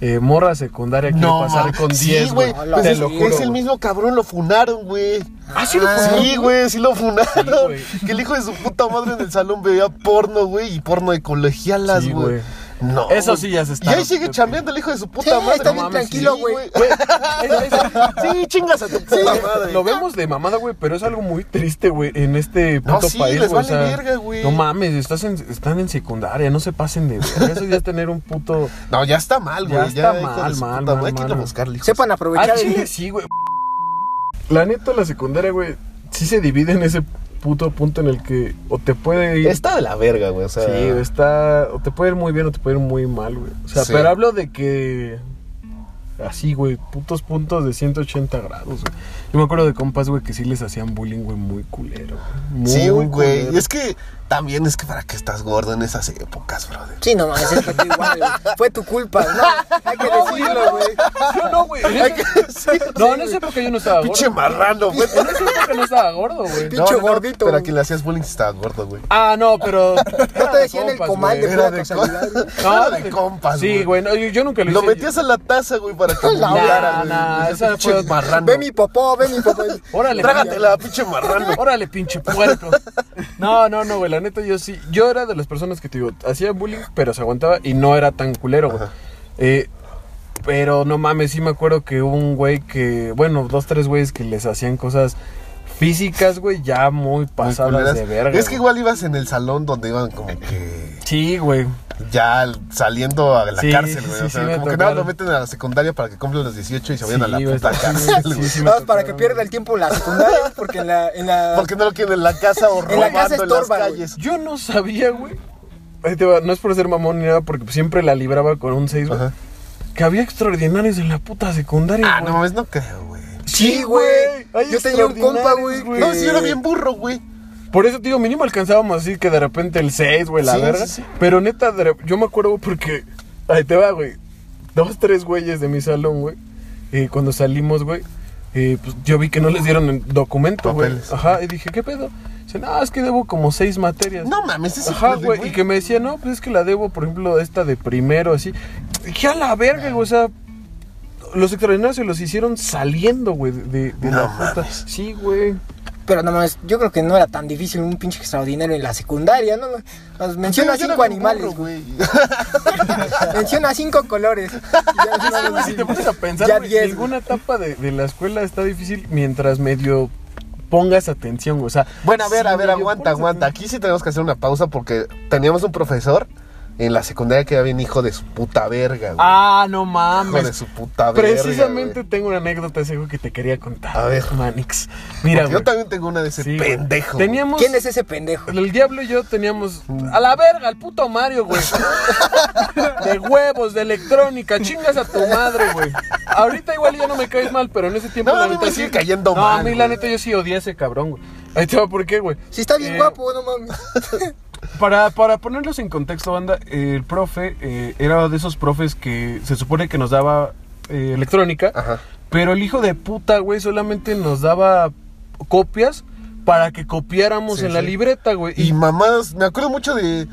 Speaker 2: eh, morra secundaria quiere pasar
Speaker 1: mames.
Speaker 2: con 10,
Speaker 1: Sí, güey.
Speaker 2: güey.
Speaker 1: pues
Speaker 2: Te
Speaker 1: es,
Speaker 2: lo juro,
Speaker 1: es el
Speaker 2: güey.
Speaker 1: mismo cabrón, lo funaron, güey.
Speaker 2: Ah, sí lo
Speaker 3: Ah.
Speaker 2: pusieron.
Speaker 1: Sí, güey, sí lo funaron.
Speaker 2: Sí, güey.
Speaker 1: que el hijo de su puta madre en el salón veía porno, güey, y porno de colegialas,
Speaker 2: Sí,
Speaker 1: güey.
Speaker 2: güey.
Speaker 1: no.
Speaker 2: Eso
Speaker 1: güey.
Speaker 2: sí ya se
Speaker 1: Y
Speaker 2: está-
Speaker 1: ahí sigue chambeando el hijo de su puta
Speaker 3: Sí,
Speaker 1: madre.
Speaker 3: está
Speaker 1: no
Speaker 3: bien
Speaker 1: mames,
Speaker 3: tranquilo,
Speaker 1: sí,
Speaker 3: güey.
Speaker 2: Güey, es- es-
Speaker 1: Sí, chingas a tu puta madre.
Speaker 2: Lo vemos de mamada, güey, pero es algo muy triste, güey, en este
Speaker 1: No,
Speaker 2: puto
Speaker 1: sí,
Speaker 2: país,
Speaker 1: les
Speaker 2: güey,
Speaker 1: vale verga, güey.
Speaker 2: No mames, estás en- están en secundaria, no se pasen de verga. Eso ya es tener un puto.
Speaker 1: No, ya está mal,
Speaker 2: Ya
Speaker 1: güey.
Speaker 2: está
Speaker 1: hijo de
Speaker 2: mal,
Speaker 1: su
Speaker 2: mal,
Speaker 1: puta
Speaker 2: mal,
Speaker 1: madre, Hay que ir a
Speaker 2: mal.
Speaker 1: buscarle, hijo.
Speaker 3: Sepan
Speaker 2: Ah,
Speaker 3: aprovechar
Speaker 2: chile,
Speaker 3: el...
Speaker 2: sí, güey. La neta, la secundaria, güey, sí se divide en ese puto punto en el que o te puede ir.
Speaker 1: Está de la verga, güey. O sea,
Speaker 2: Sí, güey, está. O te puede ir muy bien o te puede ir muy mal, güey. O sea,
Speaker 1: Sí.
Speaker 2: pero hablo de que. Así, güey, putos puntos de 180 grados, güey. Yo me acuerdo de compas, güey, que sí les hacían bullying, güey, muy culero. güey. Muy
Speaker 1: sí, güey.
Speaker 2: culero.
Speaker 1: Y es que también es que para que estás gordo en esas épocas, brother.
Speaker 3: Sí, no, mames, es que tú igual, güey. Fue tu culpa, ¿no? Hay que decirlo, güey.
Speaker 2: Yo no, güey. en esa- No, en esa época yo no estaba gordo.
Speaker 1: Pinche marrano, güey.
Speaker 2: En esa época no estaba gordo, güey.
Speaker 3: Pinche gordito,
Speaker 1: Pero
Speaker 3: güey.
Speaker 1: a quien le hacías bullying si estaba gordo, güey.
Speaker 2: Ah, no, pero.
Speaker 3: No te decían el comal de
Speaker 1: güey.
Speaker 3: pura
Speaker 1: Era de
Speaker 3: casualidad, güey.
Speaker 1: Era de compas,
Speaker 2: Sí,
Speaker 1: güey.
Speaker 2: güey, no, yo, yo nunca lo hice.
Speaker 1: Lo metías a la taza, güey, para que
Speaker 3: La
Speaker 1: vomitara,
Speaker 2: nah,
Speaker 1: güey.
Speaker 2: nah,
Speaker 1: Ese
Speaker 2: esa
Speaker 1: pinche
Speaker 2: fue-
Speaker 1: marrano.
Speaker 3: Ve mi popó, ve mi popó.
Speaker 2: Órale,
Speaker 1: Trágatela, pinche marrano.
Speaker 2: Órale, pinche puerco. No, no, no, güey. La neta, yo sí. Yo era de las personas que te digo, hacía bullying, pero se aguantaba y no era tan culero, güey. Eh, pero no mames, sí me acuerdo que hubo un güey que. Bueno, dos, tres güeyes que les hacían cosas físicas, güey, ya muy pasadas
Speaker 1: Culeras.
Speaker 2: de verga.
Speaker 1: Es que
Speaker 2: güey.
Speaker 1: igual ibas en el salón donde iban como que
Speaker 2: Sí, güey.
Speaker 1: ya saliendo a la
Speaker 2: Sí,
Speaker 1: cárcel, güey.
Speaker 2: sí,
Speaker 1: o sea,
Speaker 2: sí, me
Speaker 1: como que nada,
Speaker 2: tocaron.
Speaker 1: lo meten a la secundaria para que cumplan los 18 y se vayan
Speaker 2: Sí,
Speaker 1: a la
Speaker 2: güey,
Speaker 1: puta
Speaker 2: está-
Speaker 1: cárcel, güey.
Speaker 2: sí, sí, me
Speaker 3: Nada más para que
Speaker 2: tocaron.
Speaker 3: pierda el tiempo en la secundaria, güey, porque en la, en la...
Speaker 1: Porque no lo quieren en la casa o
Speaker 3: En la casa
Speaker 1: robando en las
Speaker 3: estorba, güey.
Speaker 1: calles.
Speaker 2: Yo no sabía, güey. Ahí te va, No es por ser mamón ni nada, porque siempre la libraba con un 6, güey.
Speaker 1: Ajá.
Speaker 2: Que había extraordinarios en la puta secundaria,
Speaker 1: Ah,
Speaker 2: güey.
Speaker 1: no mames, no creo, güey.
Speaker 3: Sí, güey.
Speaker 2: Hay
Speaker 3: Yo tenía un compa, güey,
Speaker 2: extraordinarios,
Speaker 1: No, si yo era bien burro, güey.
Speaker 2: Por eso, tío, mínimo alcanzábamos así que de repente el 6, güey, la
Speaker 1: Sí,
Speaker 2: verga.
Speaker 1: sí, sí.
Speaker 2: Pero neta, de rep- yo me acuerdo güey, porque. Ahí te va, güey. Dos, tres güeyes de mi salón, güey. eh, cuando salimos, güey. eh, pues yo vi que no les dieron el documento, güey.
Speaker 1: Papeles.
Speaker 2: Ajá, y dije, ¿qué pedo? Dicen, ah, es que debo como seis materias.
Speaker 1: No mames, ese
Speaker 2: Ajá,
Speaker 1: puede,
Speaker 2: güey. Y que me decía, no, pues es que la debo, por ejemplo, esta de primero, así. Dije, a la verga, güey. O sea, los extraordinarios se los hicieron saliendo, güey, de, de
Speaker 1: No
Speaker 2: la puta.
Speaker 1: mames.
Speaker 2: Sí, güey.
Speaker 3: Pero no mames, yo creo que no era tan difícil un pinche extraordinario en la secundaria, ¿no? Nos menciona
Speaker 1: Sí, yo era
Speaker 3: cinco
Speaker 1: bien
Speaker 3: animales,
Speaker 1: burro,
Speaker 3: güey.
Speaker 1: güey.
Speaker 3: menciona cinco colores. Y ya, no,
Speaker 2: Güey, si te pones a pensar,
Speaker 3: Ya
Speaker 2: güey,
Speaker 3: diez,
Speaker 2: ninguna etapa de, de la escuela está difícil mientras medio pongas atención, güey. O sea,
Speaker 1: Bueno, a ver,
Speaker 2: si
Speaker 1: a ver,
Speaker 2: medio
Speaker 1: aguanta,
Speaker 2: pones
Speaker 1: aguanta. Aquí sí tenemos que hacer una pausa porque teníamos un profesor en la secundaria que era bien hijo de su puta verga, güey.
Speaker 2: Ah, no
Speaker 1: hijo de
Speaker 2: mames.
Speaker 1: su puta verga.
Speaker 2: Precisamente
Speaker 1: güey.
Speaker 2: tengo una anécdota de ese güey que te quería contar.
Speaker 1: A ver.
Speaker 2: Manix. Mira,
Speaker 1: Yo
Speaker 2: güey.
Speaker 1: también tengo una de ese
Speaker 2: Sí, güey.
Speaker 1: pendejo. güey.
Speaker 2: Teníamos.
Speaker 3: ¿Quién es ese pendejo?
Speaker 2: El diablo y yo teníamos. A la verga, al puto Mario, güey. De huevos, de electrónica. Chingas a tu madre, güey. Ahorita igual ya no me caes mal, pero en ese tiempo.
Speaker 1: No,
Speaker 2: la
Speaker 1: a mí
Speaker 2: neta,
Speaker 1: me sigue cayendo
Speaker 2: no,
Speaker 1: mal,
Speaker 2: a mí la
Speaker 1: güey.
Speaker 2: neta yo sí odié a ese cabrón, güey. Ahí te va, ¿por qué, güey?
Speaker 3: Si está bien
Speaker 2: Eh,
Speaker 3: guapo, no mames.
Speaker 2: Para, para ponerlos en contexto, banda, el profe eh, era de esos profes que se supone que nos daba eh, electrónica.
Speaker 1: Ajá.
Speaker 2: Pero el hijo de puta, güey, solamente nos daba copias para que copiáramos
Speaker 1: Sí,
Speaker 2: en la
Speaker 1: sí.
Speaker 2: libreta, güey.
Speaker 1: Y mamadas, me acuerdo mucho de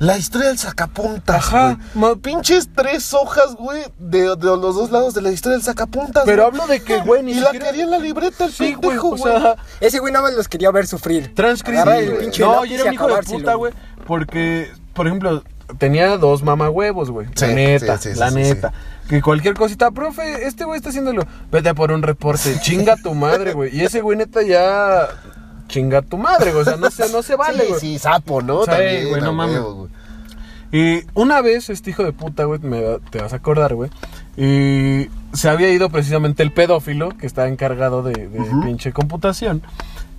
Speaker 1: la historia del sacapuntas.
Speaker 2: Ajá,
Speaker 1: güey.
Speaker 2: ma-
Speaker 1: Pinches tres hojas, güey, de, de los dos lados de la historia del sacapuntas.
Speaker 2: Pero
Speaker 1: güey.
Speaker 2: hablo de que, güey, ni
Speaker 1: Y la
Speaker 2: siquiera-
Speaker 1: quería en la libreta, el
Speaker 2: Sí, güey,
Speaker 1: pendejo,
Speaker 2: o sea,
Speaker 3: Ese güey nada más los quería ver sufrir. Agarra el
Speaker 2: transcribir.
Speaker 3: pinche
Speaker 2: No,
Speaker 3: lápiz
Speaker 2: yo
Speaker 3: y
Speaker 2: era un hijo de
Speaker 3: acabárselo.
Speaker 2: puta, güey, porque, por ejemplo, tenía dos mamahuevos, güey.
Speaker 1: Sí,
Speaker 2: la neta,
Speaker 1: sí, sí,
Speaker 2: la
Speaker 1: sí, sí,
Speaker 2: neta. Que cualquier cosita, profe, este güey está haciéndolo. Vete a por un reporte, chinga tu madre, güey. Y ese güey neta ya chinga tu madre, güey. O sea, no se, no se vale,
Speaker 1: sí,
Speaker 2: güey.
Speaker 1: sí, sapo, ¿no?
Speaker 2: Sí,
Speaker 1: También,
Speaker 2: güey, no
Speaker 1: a
Speaker 2: mames.
Speaker 1: huevo, güey.
Speaker 2: Y una vez, este hijo de puta, güey, me va- te vas a acordar, güey. Y se había ido precisamente el pedófilo que estaba encargado de, de pinche computación.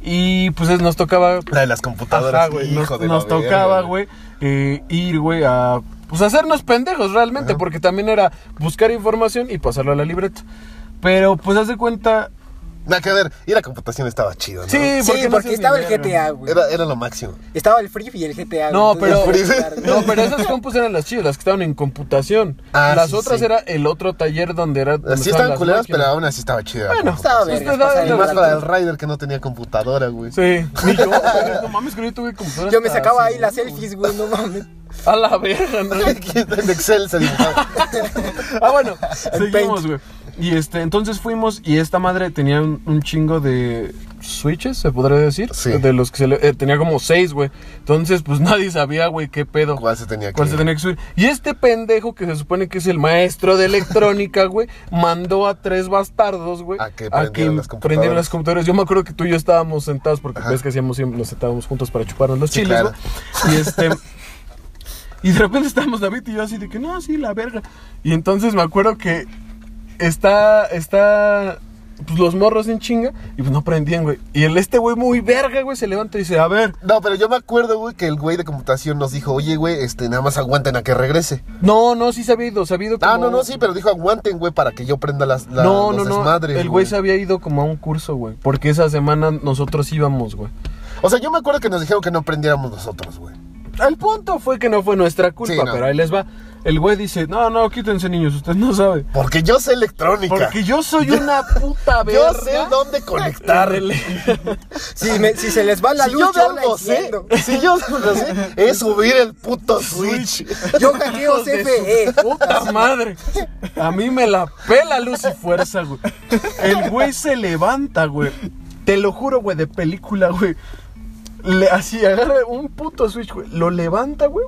Speaker 2: Y pues es- nos tocaba.
Speaker 1: La de las computadoras.
Speaker 2: Ajá, güey,
Speaker 1: hijo
Speaker 2: nos,
Speaker 1: de la
Speaker 2: nos
Speaker 1: verga,
Speaker 2: tocaba, güey, eh, ir, güey, a. Pues hacernos pendejos realmente, porque también era buscar información y pasarlo a la libreta. Pero pues haz de cuenta.
Speaker 1: Nada que ver, y la computación estaba chido, ¿no?
Speaker 2: Sí,
Speaker 3: Sí,
Speaker 2: no
Speaker 3: porque
Speaker 2: haces
Speaker 3: estaba
Speaker 2: ni
Speaker 3: el
Speaker 2: verga?
Speaker 3: GTA, güey.
Speaker 1: Era, era lo máximo.
Speaker 3: Estaba el Free y el GTA. güey.
Speaker 2: No, pero,
Speaker 3: Entonces, claro,
Speaker 2: no, pero esas compus eran las chidas, las que estaban en computación.
Speaker 1: Ah,
Speaker 2: las
Speaker 1: sí,
Speaker 2: otras
Speaker 1: sí.
Speaker 2: era el otro taller donde era. donde
Speaker 1: Así estaban
Speaker 2: las
Speaker 1: culeras,
Speaker 2: máquinas.
Speaker 1: pero aún así estaba chida. la
Speaker 2: Bueno, pues
Speaker 1: computación.
Speaker 3: Estaba vergas,
Speaker 2: Usted da
Speaker 3: pasar
Speaker 1: Y
Speaker 2: el
Speaker 1: más
Speaker 3: rato.
Speaker 1: para el Rider que no tenía computadora, güey.
Speaker 2: Sí, ni yo, güey, no ah, mames, que yo tuve computadora
Speaker 3: Yo me
Speaker 2: hasta
Speaker 3: sacaba
Speaker 2: hace-
Speaker 3: ahí las selfies, güey, no mames.
Speaker 2: A la verga, ¿no?
Speaker 1: en Excel se dibujaba.
Speaker 2: Ah, bueno,
Speaker 3: El
Speaker 2: seguimos, güey. Y este, entonces fuimos y esta madre tenía un, un chingo de switches, se podría decir.
Speaker 1: Sí.
Speaker 2: De los que se le. eh, tenía como seis, güey. Entonces, pues nadie sabía, güey, qué pedo.
Speaker 1: ¿Cuál se tenía que
Speaker 2: ¿Cuál se tenía que subir? Y este pendejo que se supone que es el maestro de electrónica, güey, mandó a tres bastardos, güey,
Speaker 1: A que prendieran las computadoras.
Speaker 2: prendieran las computadoras. Yo me acuerdo que tú y yo estábamos sentados porque
Speaker 1: Ajá.
Speaker 2: ves que hacíamos siempre, nos sentábamos juntos para chuparnos los
Speaker 1: Sí,
Speaker 2: chiles,
Speaker 1: claro.
Speaker 2: güey. Y este y de repente estábamos David y yo así de que no, sí, la verga. Y entonces me acuerdo que está está pues los morros en chinga y pues no prendían, güey. Y el este güey muy verga, güey, se levanta y dice, "A ver,
Speaker 1: No, pero yo me acuerdo, güey, que el güey de computación nos dijo, oye, güey, este, nada más aguanten a que regrese.
Speaker 2: no, no, sí se había ido, se había ido
Speaker 1: Ah,
Speaker 2: como-
Speaker 1: no, no, sí, pero dijo, aguanten, güey, para que yo prenda las, la-
Speaker 2: no, no,
Speaker 1: los
Speaker 2: no.
Speaker 1: desmadres,
Speaker 2: el güey se había ido como a un curso, güey. Porque esa semana nosotros íbamos, güey.
Speaker 1: O sea, yo me acuerdo que nos dijeron que no prendiéramos nosotros, güey.
Speaker 2: El punto fue que no fue nuestra culpa,
Speaker 1: Sí, no.
Speaker 2: pero ahí les va. El güey dice, no, no, quítense niños, usted no sabe.
Speaker 1: Porque yo sé electrónica.
Speaker 2: Porque yo soy una puta verga.
Speaker 1: yo sé dónde conectar.
Speaker 3: Si, me- si se les va la
Speaker 1: si
Speaker 3: luz,
Speaker 1: yo de
Speaker 3: la
Speaker 1: algo sé,
Speaker 3: enciendo.
Speaker 1: si yo de algo sé, es subir el puto Switch.
Speaker 3: Yo hackeo
Speaker 2: Hijos de
Speaker 3: CFE.
Speaker 2: su E, Puta madre. A mí me la pela luz y fuerza, güey. El güey se levanta, güey. Te lo juro, güey, de película, güey. Le, así agarra un puto switch, güey. Lo levanta, güey.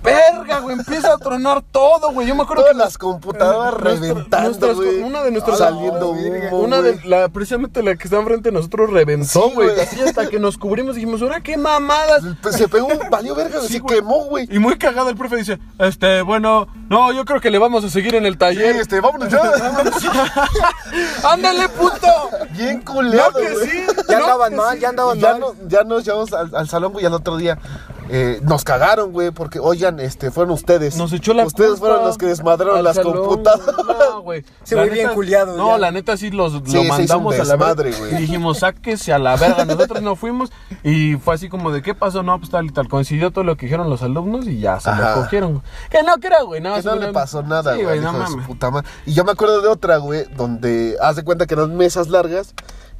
Speaker 2: Verga, güey. Empieza a tronar todo, güey. Yo me acuerdo
Speaker 1: Todas
Speaker 2: que.
Speaker 1: las computadoras
Speaker 2: nuestra-
Speaker 1: reventando,
Speaker 2: nuestras-
Speaker 1: güey.
Speaker 2: Una de nuestras.
Speaker 1: Saliendo humo,
Speaker 2: Una de.
Speaker 1: güey.
Speaker 2: La, precisamente la que está enfrente de nosotros reventó,
Speaker 1: Sí,
Speaker 2: güey.
Speaker 1: güey.
Speaker 2: Así hasta que nos cubrimos y dijimos, ahora qué mamadas.
Speaker 1: Pues se pegó un valió verga,
Speaker 2: Sí,
Speaker 1: se
Speaker 2: güey.
Speaker 1: quemó, güey.
Speaker 2: Y muy cagado el profe dice, este, bueno, no, yo creo que le vamos a seguir en el
Speaker 1: Sí,
Speaker 2: taller.
Speaker 1: este, vámonos ya.
Speaker 2: ¡Ándale, puto!
Speaker 1: Bien
Speaker 2: ¡No
Speaker 1: culeado,
Speaker 2: que
Speaker 1: güey.
Speaker 2: sí!
Speaker 3: Ya
Speaker 2: no
Speaker 3: andaban
Speaker 2: que
Speaker 3: mal,
Speaker 2: sí.
Speaker 3: ya andaban
Speaker 1: Ya,
Speaker 3: mal.
Speaker 2: pues
Speaker 1: no, ya nos llevamos al, al salón, güey, y al otro día eh, nos cagaron, güey, porque, oigan, este, fueron ustedes.
Speaker 2: Nos echó la
Speaker 1: Ustedes
Speaker 2: culpa
Speaker 1: fueron los que desmadraron
Speaker 2: al
Speaker 1: las
Speaker 2: salón.
Speaker 1: computadoras.
Speaker 2: No, güey.
Speaker 3: Se
Speaker 2: La
Speaker 3: ve bien
Speaker 2: neta-
Speaker 3: culiado,
Speaker 2: No,
Speaker 3: ya.
Speaker 2: la neta sí los,
Speaker 1: Sí, se
Speaker 2: lo
Speaker 1: hizo un
Speaker 2: mandamos a la
Speaker 1: desmadre,
Speaker 2: verga.
Speaker 1: güey.
Speaker 2: Y dijimos, sáquese a la verga. Nosotros no fuimos. Y fue así como de, ¿qué pasó? No, pues tal y tal. Coincidió todo lo que dijeron los alumnos y ya se
Speaker 1: Ajá.
Speaker 2: lo cogieron. güey. Que no, que era, güey. No,
Speaker 1: Que no le pasó nada,
Speaker 2: sí,
Speaker 1: güey,
Speaker 2: güey.
Speaker 1: al
Speaker 2: No
Speaker 1: hijo de su
Speaker 2: mames.
Speaker 1: puta madre. Y yo me acuerdo de otra, güey, donde hace cuenta que eran mesas largas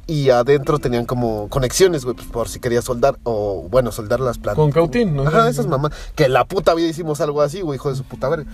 Speaker 1: y adentro tenían como conexiones, güey, pues por si quería soldar o, bueno, soldar las plantas.
Speaker 2: Con cautín, ¿no?
Speaker 1: Ajá, esas mamás. Que la puta vida hicimos algo así, güey, hijo de su puta verga.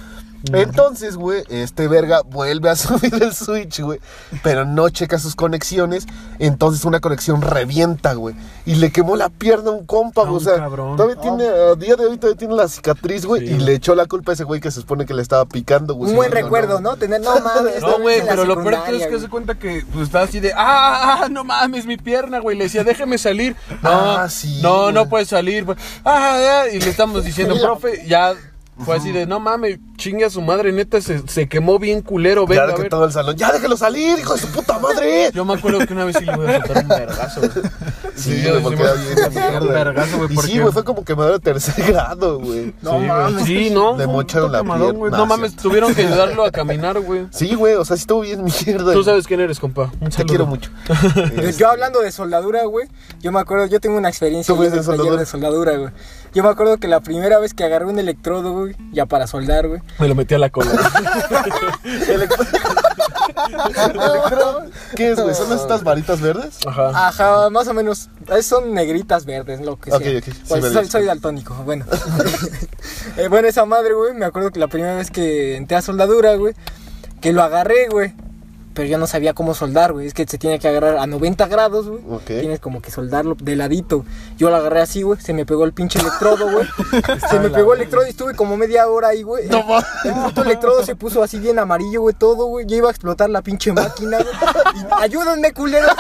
Speaker 1: Entonces, güey, este verga vuelve a subir el switch, güey, pero no checa sus conexiones. Entonces, una conexión revienta, güey, y le quemó la pierna a un compa,
Speaker 2: A
Speaker 1: güey. O
Speaker 2: un
Speaker 1: sea,
Speaker 2: cabrón. Ah.
Speaker 1: todavía tiene, a día de hoy todavía tiene la cicatriz, güey,
Speaker 2: Sí.
Speaker 1: y le echó la culpa a ese güey que se supone que le estaba picando, güey.
Speaker 3: Un
Speaker 1: si
Speaker 3: buen
Speaker 1: no, no,
Speaker 3: recuerdo, ¿no? Tener, no mames.
Speaker 2: No, güey,
Speaker 3: en la
Speaker 2: pero lo peor
Speaker 3: secundaria,
Speaker 2: es que
Speaker 3: güey.
Speaker 2: se cuenta que pues, estaba así de, ah, ah, no mames, mi pierna, güey. Le decía, déjeme salir. No,
Speaker 1: Ah, sí,
Speaker 2: no,
Speaker 1: güey.
Speaker 2: ah, no puedes salir. güey. Ah, ah, y le estamos diciendo, profe, ya Fue así de, no mames, chingue a su madre, neta, se, se quemó bien culero, venga,
Speaker 1: Claro
Speaker 2: a
Speaker 1: que
Speaker 2: ver".
Speaker 1: todo el salón, ya déjelo salir, hijo de su puta madre.
Speaker 2: Yo me acuerdo que una vez sí le voy a soltar un vergazo, güey.
Speaker 1: Sí, güey,
Speaker 2: yo sí
Speaker 1: porque
Speaker 2: me-
Speaker 1: era bien
Speaker 2: me soltaron un
Speaker 1: mierda.
Speaker 2: vergazo, güey,
Speaker 1: Y
Speaker 2: porque-
Speaker 1: sí, güey, fue como quemador de tercer grado, güey.
Speaker 2: Sí, güey. Sí, no.
Speaker 1: Le
Speaker 2: fue un
Speaker 1: mocharon
Speaker 2: puto
Speaker 1: la
Speaker 2: camarón,
Speaker 1: pierna,
Speaker 2: güey.
Speaker 1: sí.
Speaker 2: No mames, tuvieron que ayudarlo a caminar, güey.
Speaker 1: Sí, güey, o sea, sí estuvo bien mierda.
Speaker 2: Tú
Speaker 1: güey.
Speaker 2: sabes quién eres, compa. Un
Speaker 1: Te
Speaker 2: saludo.
Speaker 1: quiero mucho.
Speaker 3: Yo-
Speaker 1: Es-
Speaker 3: Yo hablando de soldadura, güey, yo me acuerdo, yo tengo una experiencia
Speaker 1: Tú fuiste
Speaker 3: en el taller
Speaker 1: soldador.
Speaker 3: de soldadura, güey. Yo me acuerdo que la primera vez que agarré un electrodo, güey, ya para soldar, güey.
Speaker 2: Me lo metí a la cola.
Speaker 1: El electrodo. ¿Qué es, güey? ¿Son estas varitas verdes?
Speaker 2: Ajá.
Speaker 3: Ajá, más o menos. eh, Son negritas verdes, lo que
Speaker 1: Ok,
Speaker 3: sea.
Speaker 1: ok, sí
Speaker 3: Pues
Speaker 1: me
Speaker 3: soy,
Speaker 1: dices.
Speaker 3: soy daltónico, bueno. Eh, bueno, esa madre, güey, me acuerdo que la primera vez que entré a soldadura, güey, que lo agarré, güey. Pero yo no sabía cómo soldar, güey. Es que se tiene que agarrar a 90 grados, güey.
Speaker 1: Ok.
Speaker 3: Tienes como que soldarlo de ladito. Yo lo agarré así, güey. Se me pegó el pinche electrodo, güey. se me pegó el electrodo y estuve como media hora ahí, güey.
Speaker 1: No mames.
Speaker 3: El puto electrodo se puso así bien amarillo, güey, todo, güey. Ya iba a explotar la pinche máquina, güey. Y, Ayúdenme, culeros.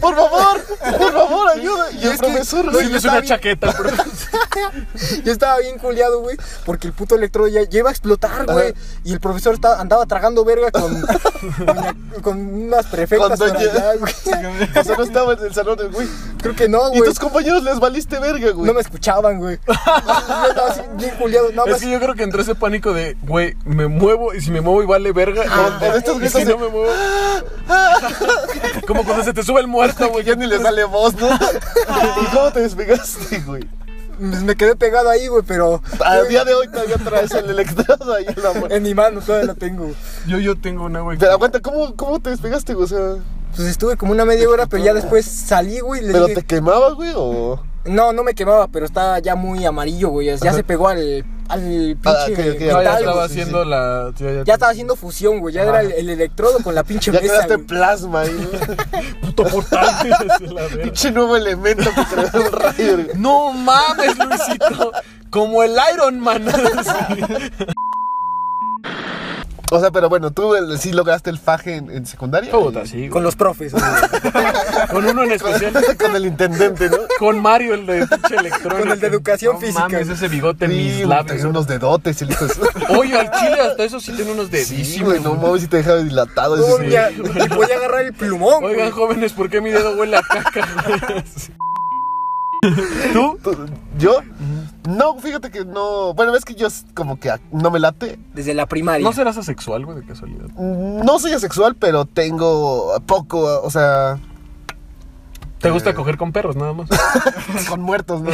Speaker 1: Por favor, por favor, ayuda. Y el
Speaker 3: Es que-
Speaker 1: profesor,
Speaker 3: no,
Speaker 1: güey,
Speaker 3: yo
Speaker 2: Es
Speaker 3: estaba
Speaker 2: una
Speaker 3: bien-
Speaker 2: chaqueta, bro.
Speaker 3: Yo estaba bien culeado, güey, porque el puto electrodo ya, ya iba a explotar, güey. Y el profesor estaba- andaba tragando verga con, con, con unas prefectas.
Speaker 1: Con
Speaker 3: por
Speaker 1: doña-
Speaker 3: allá, güey.
Speaker 1: O sea, no estaba en el salón, el güey.
Speaker 3: Creo que no,
Speaker 1: Y
Speaker 3: güey.
Speaker 1: tus compañeros les valiste verga, güey.
Speaker 3: No me escuchaban, güey. Yo estaba así bien culeado, nada
Speaker 2: Es
Speaker 3: más.
Speaker 2: que yo creo que entró ese pánico de, güey, me muevo y si me muevo y vale verga. y-
Speaker 1: con estos
Speaker 2: y
Speaker 1: gritos
Speaker 2: si
Speaker 1: de-
Speaker 2: no me muevo. Como cuando se te sube el muerto,
Speaker 1: Que
Speaker 2: güey.
Speaker 1: ya ni le sale voz, ¿no? ¿Y cómo te despegaste, güey?
Speaker 3: pues, Me quedé pegado ahí, güey, pero
Speaker 1: A día de hoy todavía traes el electrodo ahí en la mano.
Speaker 3: en mi mano todavía lo tengo. güey.
Speaker 2: Yo, yo tengo una, güey.
Speaker 1: Pero aguanta, ¿cómo, cómo te despegaste, güey? O sea,
Speaker 3: Pues estuve como una media hora, pero ya después salí, güey. y le
Speaker 1: ¿pero
Speaker 3: dije-
Speaker 1: te quemabas, güey? ¿O...?
Speaker 3: No, no me quemaba, pero estaba ya muy amarillo, güey. Ya
Speaker 1: Ajá.
Speaker 3: se pegó al, al pinche.
Speaker 1: Ah, ok, ok,
Speaker 2: No, ya
Speaker 3: metal,
Speaker 2: estaba
Speaker 3: güey.
Speaker 2: haciendo la. sí,
Speaker 3: Ya estaba haciendo fusión, güey. Ya era el, el electrodo con la pinche
Speaker 1: Ya
Speaker 3: mesa.
Speaker 1: quedaste
Speaker 3: güey.
Speaker 1: plasma ahí, güey.
Speaker 2: puto portal. la verga.
Speaker 1: Pinche nuevo elemento que creó el rayo, güey.
Speaker 2: No mames, Luisito. Como el Iron Man.
Speaker 1: O sea, pero bueno, tú el- sí lograste el faje en, en secundaria.
Speaker 2: Puta, sí, güey.
Speaker 3: Con los profes, güey.
Speaker 2: Con uno en especial.
Speaker 1: Con el intendente, ¿no?
Speaker 2: Con Mario, el de pinche electrónico.
Speaker 3: Con el de educación
Speaker 2: No
Speaker 3: física.
Speaker 2: Mames, ese bigote en mis
Speaker 1: Sí, güey, tenía
Speaker 2: labios.
Speaker 1: unos dedotes, el hijo de su...
Speaker 2: Oye, al chile, hasta eso sí tiene unos
Speaker 1: Sí,
Speaker 2: dedísimos.
Speaker 1: güey, no mames, si te dejaba dilatado.
Speaker 3: No,
Speaker 1: ese-
Speaker 3: ya, y voy a agarrar el plumón, güey.
Speaker 2: Oigan, jóvenes, ¿por qué mi dedo huele a caca? ¿Tú?
Speaker 1: Tú- ¿Yo? No, fíjate que no. Bueno, es que yo s- como que a- no me late.
Speaker 3: Desde la primaria.
Speaker 2: ¿No serás asexual, güey, de casualidad?
Speaker 1: Mm, No soy asexual, pero tengo poco, o sea,
Speaker 2: ¿Te gusta coger con perros, nada más?
Speaker 1: con muertos, ¿no?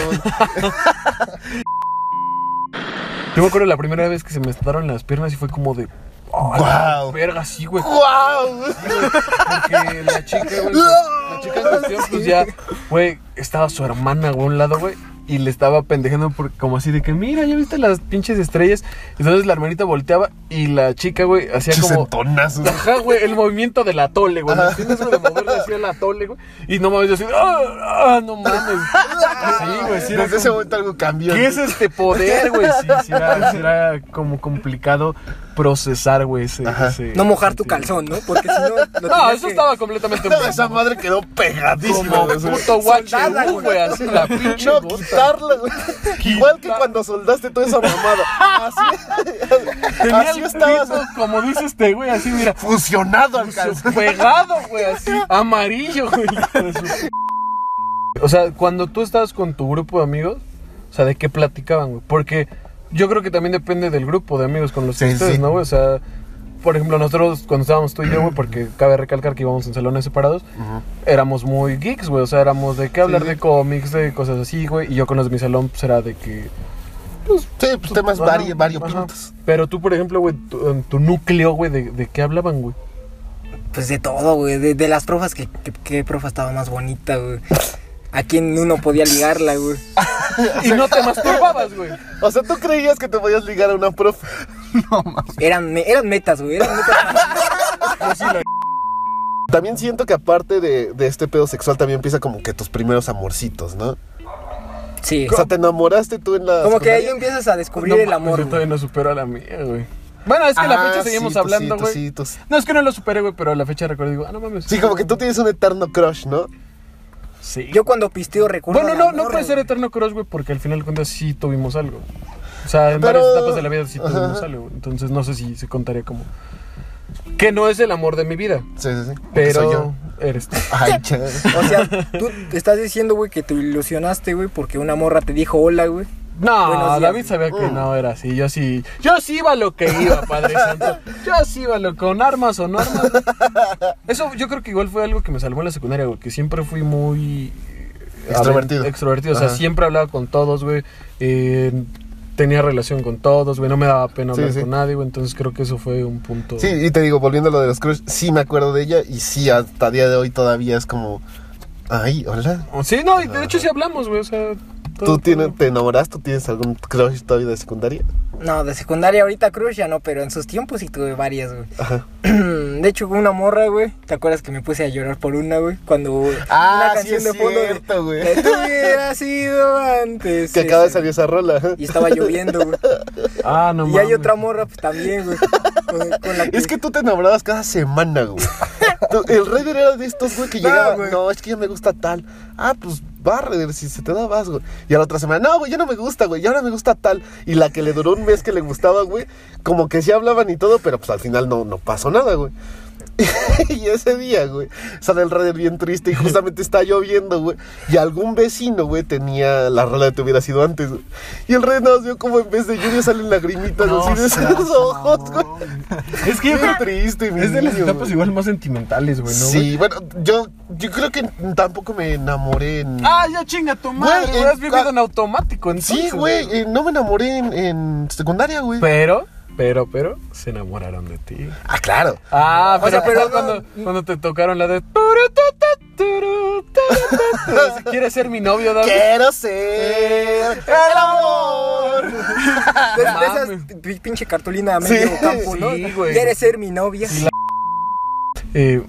Speaker 2: Yo me acuerdo la primera vez que se me estaron las piernas y fue como de... ¡Ay,
Speaker 1: Guau.
Speaker 2: Verga, sí, güey.
Speaker 1: ¡Wow!
Speaker 2: Porque la chica, güey, la chica en cuestión, pues ya, güey, estaba su hermana, güey, a un lado, güey. Y le estaba pendejando por- como así de que, mira, ya viste las pinches estrellas. Entonces la hermanita volteaba y la chica, güey, hacía como...
Speaker 1: Chisentonazos.
Speaker 2: Ajá, güey, el movimiento del atole, güey. ¿Me entiendes, güey? De moverle así al atole, güey. Y no mames, yo así, ah, ah, no mames. Sí, güey, sí era
Speaker 1: Desde ese
Speaker 2: como-
Speaker 1: momento algo cambió.
Speaker 2: ¿Qué es este poder, güey? Sí, sí era, sí era como complicado procesar, güey, ese, ese-
Speaker 3: No mojar tu
Speaker 2: ese-
Speaker 3: calzón, ¿no? Porque si no. lo
Speaker 2: No,
Speaker 3: tenías
Speaker 2: eso
Speaker 3: que-
Speaker 2: estaba completamente
Speaker 1: No, esa madre quedó pegadísima.
Speaker 2: como
Speaker 1: güey, o sea,
Speaker 2: puto guache,
Speaker 3: Soldada,
Speaker 2: uh,
Speaker 3: güey.
Speaker 2: güey, así la pinche
Speaker 1: No, pues,
Speaker 2: bota.
Speaker 1: quitarla, güey. Igual que cuando soldaste toda esa mamada. Así,
Speaker 2: Tenía
Speaker 1: así
Speaker 2: el
Speaker 1: estabas.
Speaker 2: pito, como dice este güey, así mira,
Speaker 1: Fusionado al calzón.
Speaker 2: pegado, güey, así amarillo, güey. hijo de su- O sea, cuando tú estabas con tu grupo de amigos, o sea, ¿de qué platicaban, güey? Porque yo creo que también depende del grupo de amigos con los que
Speaker 1: Sí,
Speaker 2: ustedes,
Speaker 1: sí.
Speaker 2: ¿no, güey? O sea, por ejemplo, nosotros cuando estábamos tú y yo, güey, porque cabe recalcar que íbamos en salones separados, éramos muy geeks, güey. O sea, éramos de qué hablar de cómics, de cosas así, güey. Y yo con los de mi salón, pues era de que.
Speaker 1: Sí, pues temas
Speaker 2: Ajá,
Speaker 1: vario, variopintos.
Speaker 2: ajá. Pero tú, por ejemplo, güey, tu, en tu núcleo, güey, de, ¿de qué hablaban, güey?
Speaker 3: Pues de todo, güey. De, de las profas, que, que, que profa estaba más bonita, güey. A quien uno podía ligarla, güey.
Speaker 2: Y no te masturbabas, güey.
Speaker 1: O sea, ¿tú creías que te podías ligar a una profe?
Speaker 3: Eran, me- eran metas, güey. Eran metas.
Speaker 1: También siento que aparte de, de este pedo sexual también empieza como que tus primeros amorcitos, ¿no?
Speaker 3: Sí.
Speaker 1: O sea, te enamoraste tú en la...
Speaker 3: Como que ahí
Speaker 1: secundaria?
Speaker 3: empiezas a descubrir
Speaker 2: No pues,
Speaker 3: el
Speaker 2: mames,
Speaker 3: amor.
Speaker 2: Yo
Speaker 3: güey.
Speaker 2: todavía no supero a la mía, güey. Bueno, es que a la
Speaker 1: Ah,
Speaker 2: fecha
Speaker 1: sí,
Speaker 2: seguimos
Speaker 1: tú
Speaker 2: hablando,
Speaker 1: sí, tú
Speaker 2: güey.
Speaker 1: sí, tú sí.
Speaker 2: No, es que no lo superé, güey, pero a la fecha recuerdo y digo, ah, no mames.
Speaker 1: Sí, como que tú tienes un eterno crush, ¿no?
Speaker 2: Sí.
Speaker 3: Yo cuando pisteo recuerdo.
Speaker 2: bueno,
Speaker 3: al
Speaker 2: no, no
Speaker 3: amor,
Speaker 2: puede ser
Speaker 3: güey.
Speaker 2: Eterno Crush, güey, porque al final de cuentas sí tuvimos algo. O sea, en
Speaker 1: Pero-
Speaker 2: varias etapas de la vida sí todo
Speaker 1: Ajá.
Speaker 2: no sale, güey. Entonces no sé si se contaría como. Que no es el amor de mi vida,
Speaker 1: Sí, sí, sí. Porque soy yo.
Speaker 2: pero eres tú.
Speaker 1: Ay, chale.
Speaker 3: O sea, tú te estás diciendo, güey, que te ilusionaste, güey, porque una morra te dijo hola, güey.
Speaker 2: No,
Speaker 3: Buenos días.
Speaker 2: David sabía
Speaker 1: Mm.
Speaker 2: que no era así. Yo sí, yo sí iba a lo que iba, Padre Santo. Yo sí iba a lo con armas o no armas. Eso yo creo que igual fue algo que me salvó en la secundaria, güey. Que siempre fui muy. eh,
Speaker 1: Extrovertido.
Speaker 2: Extrovertido. O sea,
Speaker 1: Ajá.
Speaker 2: siempre hablaba con todos, güey. Eh, tenía relación con todos, güey. No me daba pena
Speaker 1: Sí,
Speaker 2: hablar
Speaker 1: sí.
Speaker 2: con nadie, güey. Entonces creo que eso fue un punto.
Speaker 1: Sí, y te digo, volviendo a lo de los crush, sí me acuerdo de ella y sí, hasta día de hoy todavía es como, ay, hola.
Speaker 2: Oh, Sí, no, y de hecho sí hablamos, güey. O sea. todo-
Speaker 1: ¿Tú tienes, te enamoras? ¿Tú tienes algún crush todavía de secundaria?
Speaker 3: No, de secundaria ahorita Cruz ya no, pero en sus tiempos sí tuve varias, güey.
Speaker 1: Ajá.
Speaker 3: De hecho, una morra, güey. ¿Te acuerdas que me puse a llorar por una, güey? Cuando
Speaker 1: Ah,
Speaker 3: una
Speaker 1: sí es cierto, güey.
Speaker 3: de Te hubiera sido antes.
Speaker 1: Que acaba de
Speaker 3: ese.
Speaker 1: salir esa rola. ajá.
Speaker 3: Y estaba lloviendo, güey.
Speaker 2: Ah, no
Speaker 3: y hay
Speaker 2: mames.
Speaker 3: otra morra, pues también, güey. Con, con la que...
Speaker 1: Es que tú te enamorabas cada semana, güey. Tú- El Raider era de estos, güey, que
Speaker 3: No,
Speaker 1: llegaba.
Speaker 3: güey.
Speaker 1: No, es que ya me gusta tal. Ah, pues va, Raider, si se te da, vas, güey. Y a la otra semana, no, güey, ya no me gusta, güey, ya ahora me gusta tal. Y la que le duró un mes que le gustaba, güey, como que sí hablaban y todo, pero pues al final no, no pasó nada, güey. y ese día, güey, sale el Raider bien triste y justamente está lloviendo, güey. Y algún vecino, güey, tenía la rola de te hubiera sido antes, güey. Y el Raider nos vio como en vez de lluvia salen lagrimitas
Speaker 2: No
Speaker 1: así de
Speaker 2: seas
Speaker 1: sus ojos, güey.
Speaker 2: Es que yo
Speaker 1: Qué
Speaker 2: creo-
Speaker 1: triste, mi
Speaker 2: Es de las
Speaker 1: niño,
Speaker 2: etapas
Speaker 1: güey.
Speaker 2: igual más sentimentales, güey, ¿no? güey?
Speaker 1: Sí, bueno, yo, yo creo que tampoco me enamoré en...
Speaker 2: Ah, ya chinga tu
Speaker 1: Güey,
Speaker 2: madre, güey.
Speaker 1: en
Speaker 2: Has vivido
Speaker 1: cua-
Speaker 2: en automático,
Speaker 1: sí,
Speaker 2: entonces.
Speaker 1: güey, eh, no me enamoré en, en secundaria, güey.
Speaker 2: Pero, pero, pero, se enamoraron de ti.
Speaker 1: Ah, claro.
Speaker 2: Ah,
Speaker 3: O
Speaker 2: pero,
Speaker 3: sea, pero
Speaker 2: fue
Speaker 3: no-
Speaker 2: cuando, cuando te tocaron la de. turu, tu, tu, turu, tu, tu, tu, tu. ¿Quieres ser mi novio, David?
Speaker 1: Quiero ser el amor.
Speaker 3: De,
Speaker 2: No
Speaker 3: de esas
Speaker 2: mames.
Speaker 3: pi- pinche cartulina a medio
Speaker 1: Sí,
Speaker 3: campo, ¿no?
Speaker 2: sí, güey.
Speaker 3: ¿Quieres ser mi novia?
Speaker 2: Sí, la- Eh,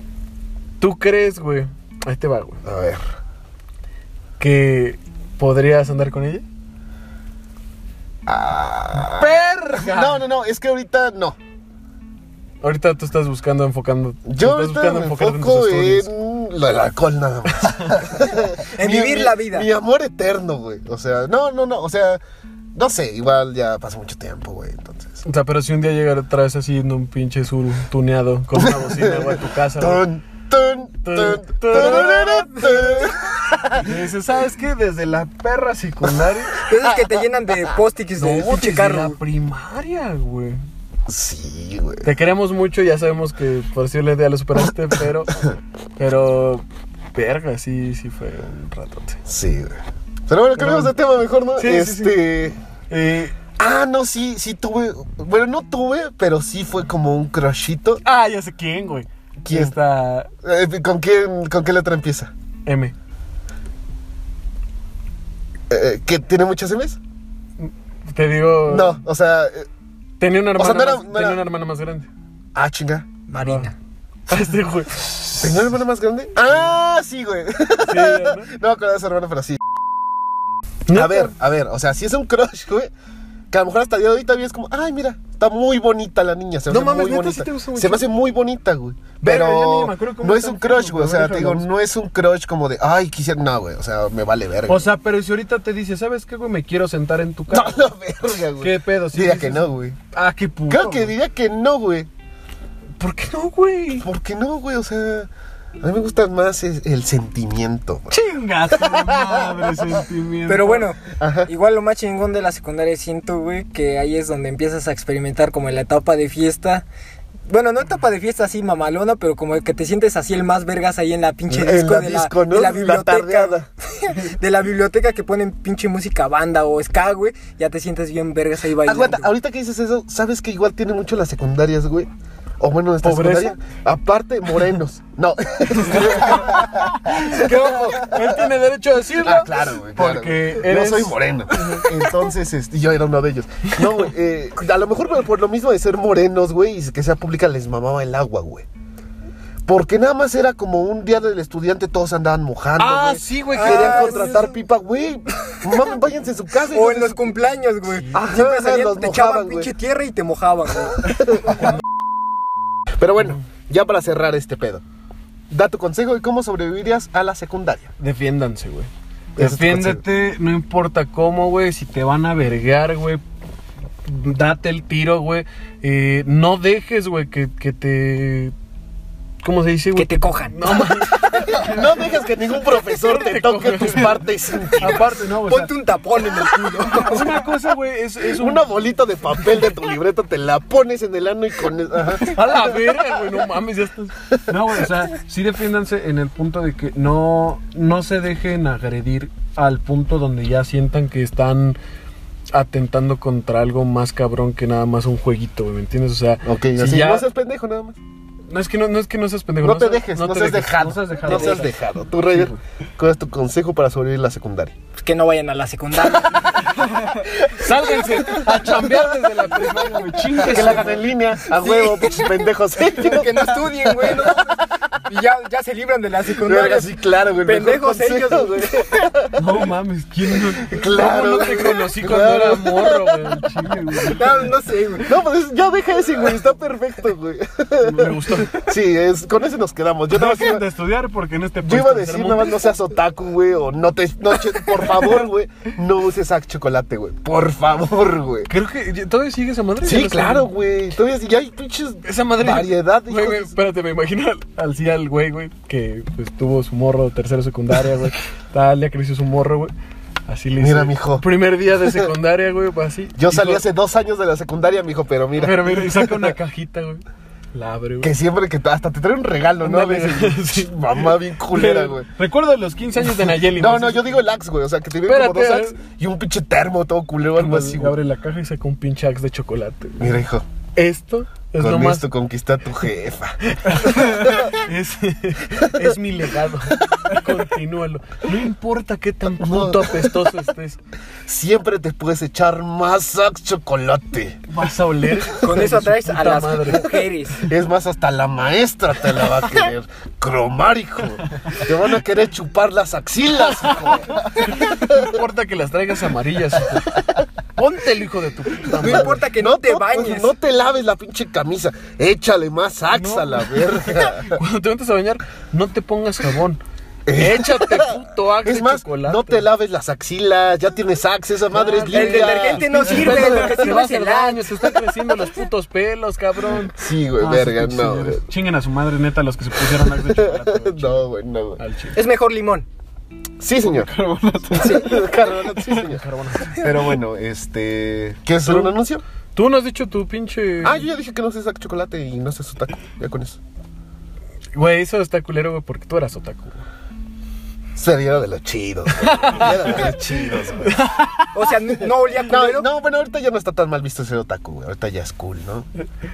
Speaker 2: ¿Tú crees, güey? Ahí te va, güey.
Speaker 1: A ver.
Speaker 2: ¿Que podrías andar con ella?
Speaker 1: Ah.
Speaker 2: ¡Perra!
Speaker 1: No, no, no, es que ahorita no.
Speaker 2: Ahorita tú estás buscando enfocando.
Speaker 1: Yo
Speaker 2: estás
Speaker 1: ahorita me
Speaker 2: enfocarte en tus
Speaker 1: enfoco
Speaker 2: estudios.
Speaker 1: en lo del alcohol nada más.
Speaker 3: En
Speaker 1: Mi-
Speaker 3: vivir
Speaker 1: mi-
Speaker 3: la vida.
Speaker 1: Mi amor eterno, güey. O sea, no, no, no, o sea, no sé, igual ya pasó mucho tiempo, güey, entonces.
Speaker 2: O sea, pero si un día llegara otra vez así en un pinche sur tuneado con una bocina güey, a tu casa. güey,
Speaker 1: Tun, tun, tun, tararara, tun.
Speaker 2: y le dices, ¿sabes qué? Desde la perra secundaria.
Speaker 3: De esas que te llenan de
Speaker 1: pues,
Speaker 3: post-its de
Speaker 2: No,
Speaker 3: pinche
Speaker 2: desde la
Speaker 3: carro.
Speaker 2: primaria, güey.
Speaker 1: Sí, güey.
Speaker 2: Te queremos mucho, ya sabemos que por cierto ya lo superaste, pero. Pero. Verga, sí, sí fue un ratote.
Speaker 1: Sí, güey. Pero bueno, cambiamos de tema mejor, ¿no?
Speaker 2: Sí, sí, sí.
Speaker 1: este.
Speaker 2: Eh,
Speaker 1: Ah, no, sí, sí tuve. Bueno, no tuve, pero sí fue como un crushito.
Speaker 2: ah, ya sé quién, güey.
Speaker 1: ¿Quién?
Speaker 2: Está
Speaker 1: Eh, ¿Con quién, con qué letra empieza?
Speaker 2: M.
Speaker 1: Eh, ¿Que tiene muchas M's?
Speaker 2: Te digo.
Speaker 1: No, o sea. eh,
Speaker 2: Tenía una
Speaker 1: O sea,
Speaker 2: hermana,
Speaker 1: no era-
Speaker 2: más,
Speaker 1: no
Speaker 2: tenía
Speaker 1: era-
Speaker 2: una hermana más grande.
Speaker 1: ah, chinga.
Speaker 3: Marina.
Speaker 2: Este, güey.
Speaker 1: ¿Tenía una hermana más grande? Ah, sí, güey.
Speaker 2: Sí, ¿no?
Speaker 1: No me acuerdo de esa hermana, pero sí.
Speaker 2: ¿Neta?
Speaker 1: A ver, a ver, o sea, si es un crush, güey. Que a lo mejor hasta el día de hoy todavía es como, ay, mira, está muy bonita la niña. Se me
Speaker 2: No
Speaker 1: hace
Speaker 2: mames,
Speaker 1: muy
Speaker 2: neta,
Speaker 1: bonita.
Speaker 2: sí te gusta
Speaker 1: Se
Speaker 2: mucho.
Speaker 1: me hace muy bonita, güey. Pero
Speaker 2: Verga, ya ni me acuerdo cómo
Speaker 1: no es
Speaker 2: está
Speaker 1: un
Speaker 2: el
Speaker 1: crush,
Speaker 2: fondo,
Speaker 1: güey. O
Speaker 2: pero
Speaker 1: sea,
Speaker 2: ahorita
Speaker 1: te digo,
Speaker 2: hablamos.
Speaker 1: no es un crush como de, ay, quisiera. No, güey, o sea, me vale verga.
Speaker 2: O sea, pero si ahorita te dice, ¿sabes qué, güey? Me quiero sentar en tu
Speaker 1: no,
Speaker 2: casa.
Speaker 1: la verga, güey.
Speaker 2: ¿Qué pedo? Si
Speaker 1: diría
Speaker 2: dices-
Speaker 1: que no, güey.
Speaker 2: Ah, qué puto.
Speaker 1: Creo que
Speaker 2: güey.
Speaker 1: diría que no, güey.
Speaker 2: ¿Por qué no, güey?
Speaker 1: ¿Por qué no, güey? O sea, a mí me gusta más es- el sentimiento, güey.
Speaker 2: Chingas, madre, sentimiento.
Speaker 3: Pero bueno,
Speaker 1: Ajá.
Speaker 3: igual lo más chingón de la secundaria siento, güey, que ahí es donde empiezas a experimentar como en la etapa de fiesta. Bueno, no etapa de fiesta así mamalona, pero como que te sientes así el más vergas ahí en la pinche
Speaker 1: En
Speaker 3: disco,
Speaker 1: la
Speaker 3: de,
Speaker 1: disco,
Speaker 3: la,
Speaker 1: ¿no?
Speaker 3: de la
Speaker 1: La
Speaker 3: biblioteca.
Speaker 1: tardeada.
Speaker 3: de la biblioteca que ponen pinche música banda o ska, güey. Ya te sientes bien vergas ahí bailando.
Speaker 1: Aguanta, ahorita que dices eso, ¿sabes que igual tiene mucho las secundarias, güey? O bueno, esta
Speaker 2: ¿Pobreza?
Speaker 1: secundaria. Aparte, morenos. No.
Speaker 2: ¿Qué ojo? Él tiene derecho a decirlo.
Speaker 1: Ah, claro, güey. claro,
Speaker 2: Porque
Speaker 1: güey.
Speaker 2: eres-
Speaker 1: Yo soy moreno. Entonces, este, yo era uno de ellos. No, güey. eh, a lo mejor por, por lo mismo de ser morenos, güey, y que sea pública, les mamaba el agua, güey. Porque nada más era como un día del estudiante, todos andaban mojando.
Speaker 2: Ah,
Speaker 1: güey.
Speaker 2: sí, güey.
Speaker 1: Querían
Speaker 3: Ah,
Speaker 1: contratar
Speaker 3: sí.
Speaker 1: pipa, güey. Mames, váyanse a su casa.
Speaker 3: O en los cumpleaños, güey.
Speaker 1: Ajá,
Speaker 3: Siempre salían,
Speaker 1: los
Speaker 3: te echaban
Speaker 1: mojaban, güey.
Speaker 3: pinche tierra y te mojaban, güey.
Speaker 1: Pero bueno, ya para cerrar este pedo. Da tu consejo de cómo sobrevivirías a la secundaria.
Speaker 2: Defiéndanse, güey.
Speaker 1: Eso es
Speaker 2: Defiéndete, no importa cómo, güey. Si te van a verguear, güey. date el tiro, güey. Eh, no dejes, güey, que, que te... ¿Cómo se dice, güey?
Speaker 3: Que te cojan.
Speaker 2: No, man,
Speaker 1: No dejes que ningún profesor te toque tus partes.
Speaker 2: aparte, no, güey. o sea,
Speaker 3: Ponte un tapón en el culo.
Speaker 2: es una cosa, güey, es, es un-
Speaker 1: Una bolita de papel de tu libreta te la pones en el ano y con. ajá.
Speaker 2: A la verga, güey, no mames, ya estás. No, güey, o sea, sí defiéndanse en el punto de que no, no se dejen agredir al punto donde ya sientan que están atentando contra algo más cabrón que nada más un jueguito, güey, ¿me entiendes? O sea,
Speaker 1: Ok,
Speaker 2: si
Speaker 1: así.
Speaker 2: ya-
Speaker 1: No seas pendejo nada más.
Speaker 2: no, es que no, no es que no seas pendejo.
Speaker 1: No, te
Speaker 2: seas-
Speaker 1: dejes, no,
Speaker 2: te
Speaker 1: seas
Speaker 2: dejes,
Speaker 1: dejado.
Speaker 2: No seas dejado.
Speaker 1: No seas dejado. Tú, Roger, ¿cuál es tu consejo para sobrevivir la secundaria?
Speaker 3: Pues que no vayan a la secundaria.
Speaker 2: Sálganse a chambear desde la primaria, güey, chingue
Speaker 1: Que
Speaker 2: su
Speaker 1: la hagan en línea, a huevo, pinches pendejos.
Speaker 3: que no estudien, güey. no. Y ya, ya se libran de la secundaria.
Speaker 1: Verga, sí, claro, güey. el mejor
Speaker 3: Pendejos
Speaker 1: consejo,
Speaker 3: ellos,
Speaker 1: güey.
Speaker 2: No mames, ¿quién no?
Speaker 1: Claro,
Speaker 2: ¿Cómo no te
Speaker 1: güey,
Speaker 2: conocí
Speaker 1: claro.
Speaker 2: cuando era morro, güey? al Chile, güey.
Speaker 3: No, Ah, no sé, güey.
Speaker 1: No, pues ya deja ese, güey. Está perfecto, güey.
Speaker 2: Me gustó.
Speaker 1: Sí, es, con ese nos quedamos. Yo nada más
Speaker 2: Dejen
Speaker 1: iba,
Speaker 2: de estudiar porque en este
Speaker 1: yo iba a
Speaker 2: podcast
Speaker 1: decir,
Speaker 2: será
Speaker 1: nada más no seas otaku, güey. O no te. No, che- por favor, güey. No uses sac chocolate, güey. Por favor, güey.
Speaker 2: Creo que todavía sigue esa madre. Ya
Speaker 1: Sí,
Speaker 2: lo
Speaker 1: claro,
Speaker 2: saben.
Speaker 1: güey. Todavía sí, ya hay pinches.
Speaker 2: Esa madre.
Speaker 1: Variedad,
Speaker 2: güey.
Speaker 1: hijos
Speaker 2: güey,
Speaker 1: de-
Speaker 2: espérate, me imagino al, al sí, al güey, güey, que pues, tuvo su morro tercero secundaria, güey. Tal, ya creció su morro, güey. Así le
Speaker 1: Mira,
Speaker 2: dice,
Speaker 1: mijo.
Speaker 2: Primer día de secundaria, güey, pues, así.
Speaker 1: Yo
Speaker 2: Hijo,
Speaker 1: salí hace dos años de la secundaria, mijo, pero mira.
Speaker 2: Pero mira, y saca una cajita, güey. La abre, güey.
Speaker 1: Que siempre que hasta te trae un regalo, ¿no? A
Speaker 2: Ándale,
Speaker 1: veces,
Speaker 2: sí.
Speaker 1: Mamá bien culera, güey.
Speaker 2: Recuerdo los 15 años de Nayeli.
Speaker 1: No, no, yo digo el axe, güey. O sea, que te vienen como dos
Speaker 2: Espérate,
Speaker 1: axe y un pinche termo todo culero, algo así, güey.
Speaker 2: abre la caja y saca un pinche axe de chocolate. güey.
Speaker 1: Mira, hijo,
Speaker 2: Esto es
Speaker 1: con
Speaker 2: lo más.
Speaker 1: esto conquista a tu jefa.
Speaker 2: Es, es mi legado. Continúalo. No importa qué tan puto apestoso estés,
Speaker 1: Siempre te puedes echar más axe chocolate.
Speaker 2: vas a oler.
Speaker 3: Con eso atraes a
Speaker 2: Puta
Speaker 3: las
Speaker 2: madre.
Speaker 3: mujeres.
Speaker 1: Es más, hasta la maestra te la va a querer cromar, hijo. Te van a querer chupar las axilas, hijo.
Speaker 2: No importa que las traigas amarillas. hijo. Ponte el hijo de tu puta
Speaker 3: No
Speaker 2: madre.
Speaker 3: importa que no, te bañes.
Speaker 1: No te laves la pinche camisa. Échale más axe a la verga.
Speaker 2: Cuando te metas a bañar, no te pongas jabón.
Speaker 3: Eh.
Speaker 2: Échate puto axe
Speaker 1: Es
Speaker 2: de
Speaker 1: más,
Speaker 2: chocolate.
Speaker 1: no te laves las axilas, ya tienes axe, esa madre es
Speaker 2: El
Speaker 1: limpia.
Speaker 3: el detergente no
Speaker 2: Pinches
Speaker 3: sirve,
Speaker 2: pelos,
Speaker 3: lo que
Speaker 2: te
Speaker 3: sirve
Speaker 2: va a
Speaker 3: es el
Speaker 2: hacer daño, te están creciendo los putos pelos, cabrón.
Speaker 1: Sí, güey,
Speaker 2: Ah,
Speaker 1: verga,
Speaker 2: sí,
Speaker 1: no.
Speaker 2: señores.
Speaker 1: güey.
Speaker 2: Chinguen a su madre, neta, los que se pusieron axe de chocolate. güey.
Speaker 1: No, güey, no, güey.
Speaker 2: Al chile.
Speaker 3: Es mejor limón.
Speaker 1: Sí, señor. Sí, carbonato, sí, señor. Pero bueno, este. ¿Quieres hacer un anuncio?
Speaker 3: eh,
Speaker 2: Tú no has dicho tu pinche.
Speaker 1: Ah, yo ya dije que no se saca chocolate y no se taco. Ya con eso.
Speaker 2: Güey, eso está culero, güey, porque tú eras otaku. güey.
Speaker 1: Sería de los chidos. güey. Era de los chidos, güey.
Speaker 3: O sea, n- no olía
Speaker 1: No,
Speaker 3: culero.
Speaker 1: no, bueno, ahorita ya no está tan mal visto ser otaku, güey. Ahorita ya es cool, ¿no?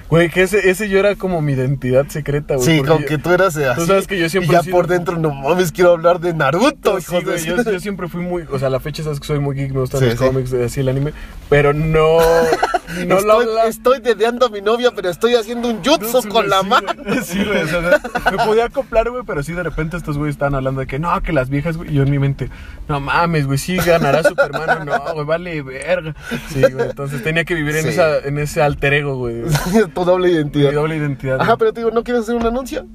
Speaker 2: Güey, que ese, ese yo era como mi identidad secreta, güey.
Speaker 1: Sí,
Speaker 2: porque
Speaker 1: como
Speaker 2: yo-
Speaker 1: que tú eras eh, así.
Speaker 2: sabes que yo siempre
Speaker 1: Y ya
Speaker 2: he sido-
Speaker 1: por dentro, no mames, quiero hablar de Naruto,
Speaker 2: Sí,
Speaker 1: hijo de
Speaker 2: güey,
Speaker 1: su-
Speaker 2: yo, yo siempre fui muy, o sea, a la fecha sabes que soy muy geek, me gustan
Speaker 1: Sí,
Speaker 2: los
Speaker 1: sí.
Speaker 2: cómics, eh, así el anime, pero no, no lo
Speaker 1: estoy,
Speaker 2: habla.
Speaker 1: estoy dedeando a mi novia, pero estoy haciendo un jutsu
Speaker 2: Sí,
Speaker 1: con
Speaker 2: güey,
Speaker 1: la
Speaker 2: sí,
Speaker 1: mano.
Speaker 2: güey. Sí, güey, o sea, me podía acoplar, güey, pero sí, de repente estos güeyes estaban hablando de que no, que las viejas, güey, y yo en mi mente, no mames, güey, sí ganará Superman o no, güey, vale verga. Sí, güey, entonces tenía que vivir en,
Speaker 1: Sí.
Speaker 2: esa, en ese alter ego, güey,
Speaker 1: tu doble
Speaker 2: mi
Speaker 1: identidad.
Speaker 2: doble identidad.
Speaker 1: Ajá, pero te digo, ¿no quieres hacer un anuncio?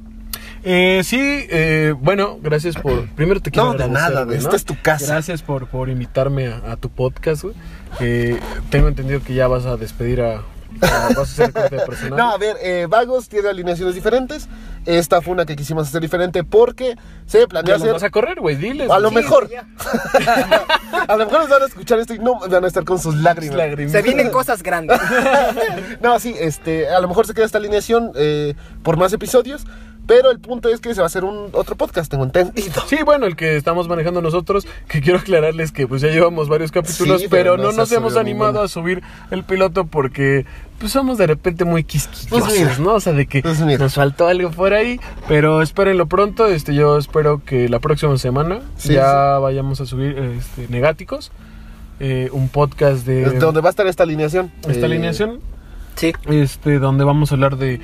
Speaker 2: Eh, sí, eh, bueno, gracias por. Primero te quiero
Speaker 1: No, de
Speaker 2: agradecer,
Speaker 1: nada,
Speaker 2: güey,
Speaker 1: esta es tu casa.
Speaker 2: Gracias por, por invitarme a, a tu podcast, güey. Eh, tengo entendido que ya vas a despedir a. a- vas a hacer corte de personal.
Speaker 1: No, a ver, eh, Vagos tiene alineaciones diferentes. Esta fue una que quisimos hacer diferente porque se
Speaker 2: Ya
Speaker 1: planea
Speaker 2: los vas
Speaker 1: hacer.
Speaker 2: a correr, güey, diles.
Speaker 1: A lo
Speaker 2: güey.
Speaker 1: mejor.
Speaker 3: ya.
Speaker 1: a lo mejor nos van a escuchar esto y no van a estar con sus
Speaker 2: Es
Speaker 1: lágrimas.
Speaker 2: lagrimal.
Speaker 3: Se vienen cosas grandes.
Speaker 1: No, sí, este, a lo mejor se queda esta alineación eh, por más episodios. Pero el punto es que se va a hacer un otro podcast, tengo entendido.
Speaker 2: Sí, bueno, el que estamos manejando nosotros, que quiero aclararles que pues ya llevamos varios capítulos,
Speaker 1: Sí, pero
Speaker 2: pero,
Speaker 1: no
Speaker 2: no
Speaker 1: se
Speaker 2: nos
Speaker 1: ha
Speaker 2: hemos
Speaker 1: subido
Speaker 2: animado
Speaker 1: ninguno.
Speaker 2: a subir el piloto porque pues somos de repente muy quisquillosos,
Speaker 1: Pues mira.
Speaker 2: ¿no? O sea, de que
Speaker 1: Pues mira.
Speaker 2: nos faltó algo por ahí, pero espérenlo pronto, este yo espero que la próxima semana
Speaker 1: Sí,
Speaker 2: ya vayamos a subir este, Negáticos, eh, un podcast de
Speaker 1: Es Donde va a estar esta alineación.
Speaker 2: esta
Speaker 1: Eh,
Speaker 2: alineación,
Speaker 3: Sí.
Speaker 2: este donde vamos a hablar de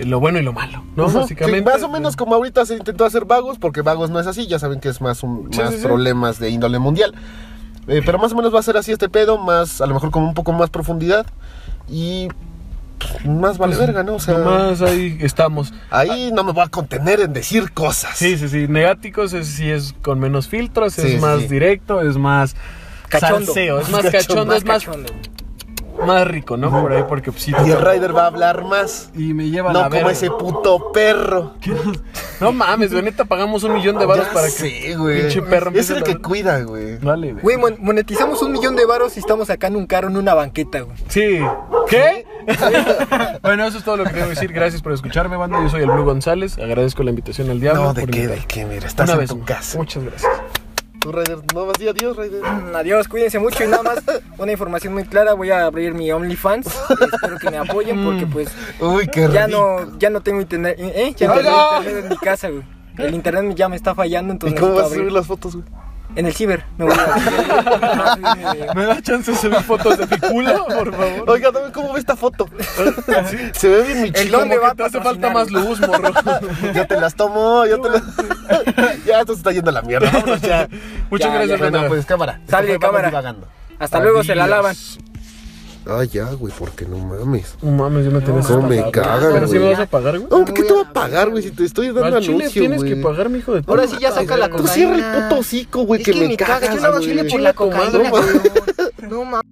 Speaker 2: eh, lo bueno y lo malo, ¿no?
Speaker 1: Ujú,
Speaker 2: Básicamente. eh.
Speaker 1: sí, más o menos como ahorita se intentó hacer vagos, porque vagos no es así, ya saben que es más, un,
Speaker 2: Sí,
Speaker 1: más
Speaker 2: sí, sí.
Speaker 1: problemas de índole mundial. Eh, pero más o menos va a ser así este pedo, más a lo mejor con un poco más profundidad y pues, más vale verga, ¿no? O sea,
Speaker 2: Nomás ahí estamos.
Speaker 1: ahí no me voy a contener en decir cosas.
Speaker 2: Sí, sí, sí. Negáticos es, sí es con menos filtros,
Speaker 1: Sí,
Speaker 2: es más
Speaker 1: sí.
Speaker 2: directo, es más
Speaker 3: Cachondo.
Speaker 2: salseo, es más
Speaker 1: Cachondo,
Speaker 2: cachondo, es más
Speaker 3: cachondo.
Speaker 2: más rico, ¿no? Por ahí, porque pues, sí.
Speaker 1: Y el Rider va a hablar más.
Speaker 2: Y me lleva
Speaker 1: No
Speaker 2: la
Speaker 1: como
Speaker 2: verga.
Speaker 1: ese puto perro.
Speaker 2: ¿Qué? No mames, güey, neta, pagamos un millón de baros
Speaker 1: Ya
Speaker 2: para que
Speaker 1: sé, güey.
Speaker 2: pinche perro
Speaker 1: Es
Speaker 2: empiece
Speaker 1: el
Speaker 2: a
Speaker 1: que
Speaker 2: ladrar.
Speaker 1: cuida, güey.
Speaker 2: Vale, güey.
Speaker 3: Güey, mon- monetizamos un millón de varos y estamos acá en un carro, en una banqueta, güey.
Speaker 2: Sí. ¿Qué? bueno, eso es todo lo que tengo que decir. Gracias por escucharme, banda. Yo soy el Blue González. Agradezco la invitación al diablo.
Speaker 1: No, de
Speaker 2: por
Speaker 1: qué,
Speaker 2: invitarme.
Speaker 1: de qué, mira, estás
Speaker 2: Una
Speaker 1: en
Speaker 2: vez
Speaker 1: tu
Speaker 2: más.
Speaker 1: casa.
Speaker 2: Muchas gracias.
Speaker 1: Tú, Rider, no más di adiós, Rider.
Speaker 3: Mm, Adiós, cuídense mucho y nada más una información muy clara, voy a abrir mi OnlyFans. Espero que me apoyen porque pues
Speaker 1: Uy, qué rico.
Speaker 3: ya no ya no tengo internet, eh, ya no
Speaker 2: Oiga.
Speaker 3: tengo internet en mi casa, güey. El internet ya me está fallando,
Speaker 1: ¿Y
Speaker 3: entonces
Speaker 1: cómo vas a
Speaker 3: necesito
Speaker 1: subir
Speaker 3: abrir-
Speaker 1: las fotos, güey?
Speaker 3: en el ciber. Me voy a
Speaker 2: ¿Me da chance de subir fotos de mi culo, por favor?
Speaker 1: Oiga, dame cómo ve esta foto. Se ve bien mi
Speaker 3: El
Speaker 1: chilo.
Speaker 3: hombre
Speaker 2: Como
Speaker 3: va
Speaker 2: que te
Speaker 3: a
Speaker 2: hace falta
Speaker 3: patrocinar,
Speaker 2: más
Speaker 3: güey.
Speaker 2: luz, morro.
Speaker 1: Ya te las tomo, ya te las. ya esto se está yendo a la mierda. Vámonos ya.
Speaker 2: Muchas
Speaker 3: Ya, ya,
Speaker 2: gracias,
Speaker 1: Bueno,
Speaker 2: banda.
Speaker 1: pues cámara. Esto
Speaker 3: Sale,
Speaker 1: fue Vamos
Speaker 3: cámara.
Speaker 1: Divagando.
Speaker 3: Hasta luego se la
Speaker 2: Adiós.
Speaker 3: lavan.
Speaker 1: Ah, ya, güey, porque no mames.
Speaker 2: No mames, yo no tenía
Speaker 1: No, me cagan,
Speaker 2: ¿Ahora sí me
Speaker 1: güey.
Speaker 2: vas a pagar, güey?
Speaker 1: No, ¿qué te voy a pagar, güey? Si te estoy dando
Speaker 2: Al chile
Speaker 1: anuncio,
Speaker 2: tienes
Speaker 1: güey.
Speaker 2: que pagar, mijo de tu-
Speaker 3: Ahora sí ya saca la
Speaker 1: Tú
Speaker 3: cocaína.
Speaker 1: cierra el puto hocico, güey, que, me cagas,
Speaker 3: yo no
Speaker 1: güey.
Speaker 3: chile por la cocaína.
Speaker 1: No mames.
Speaker 3: No mames.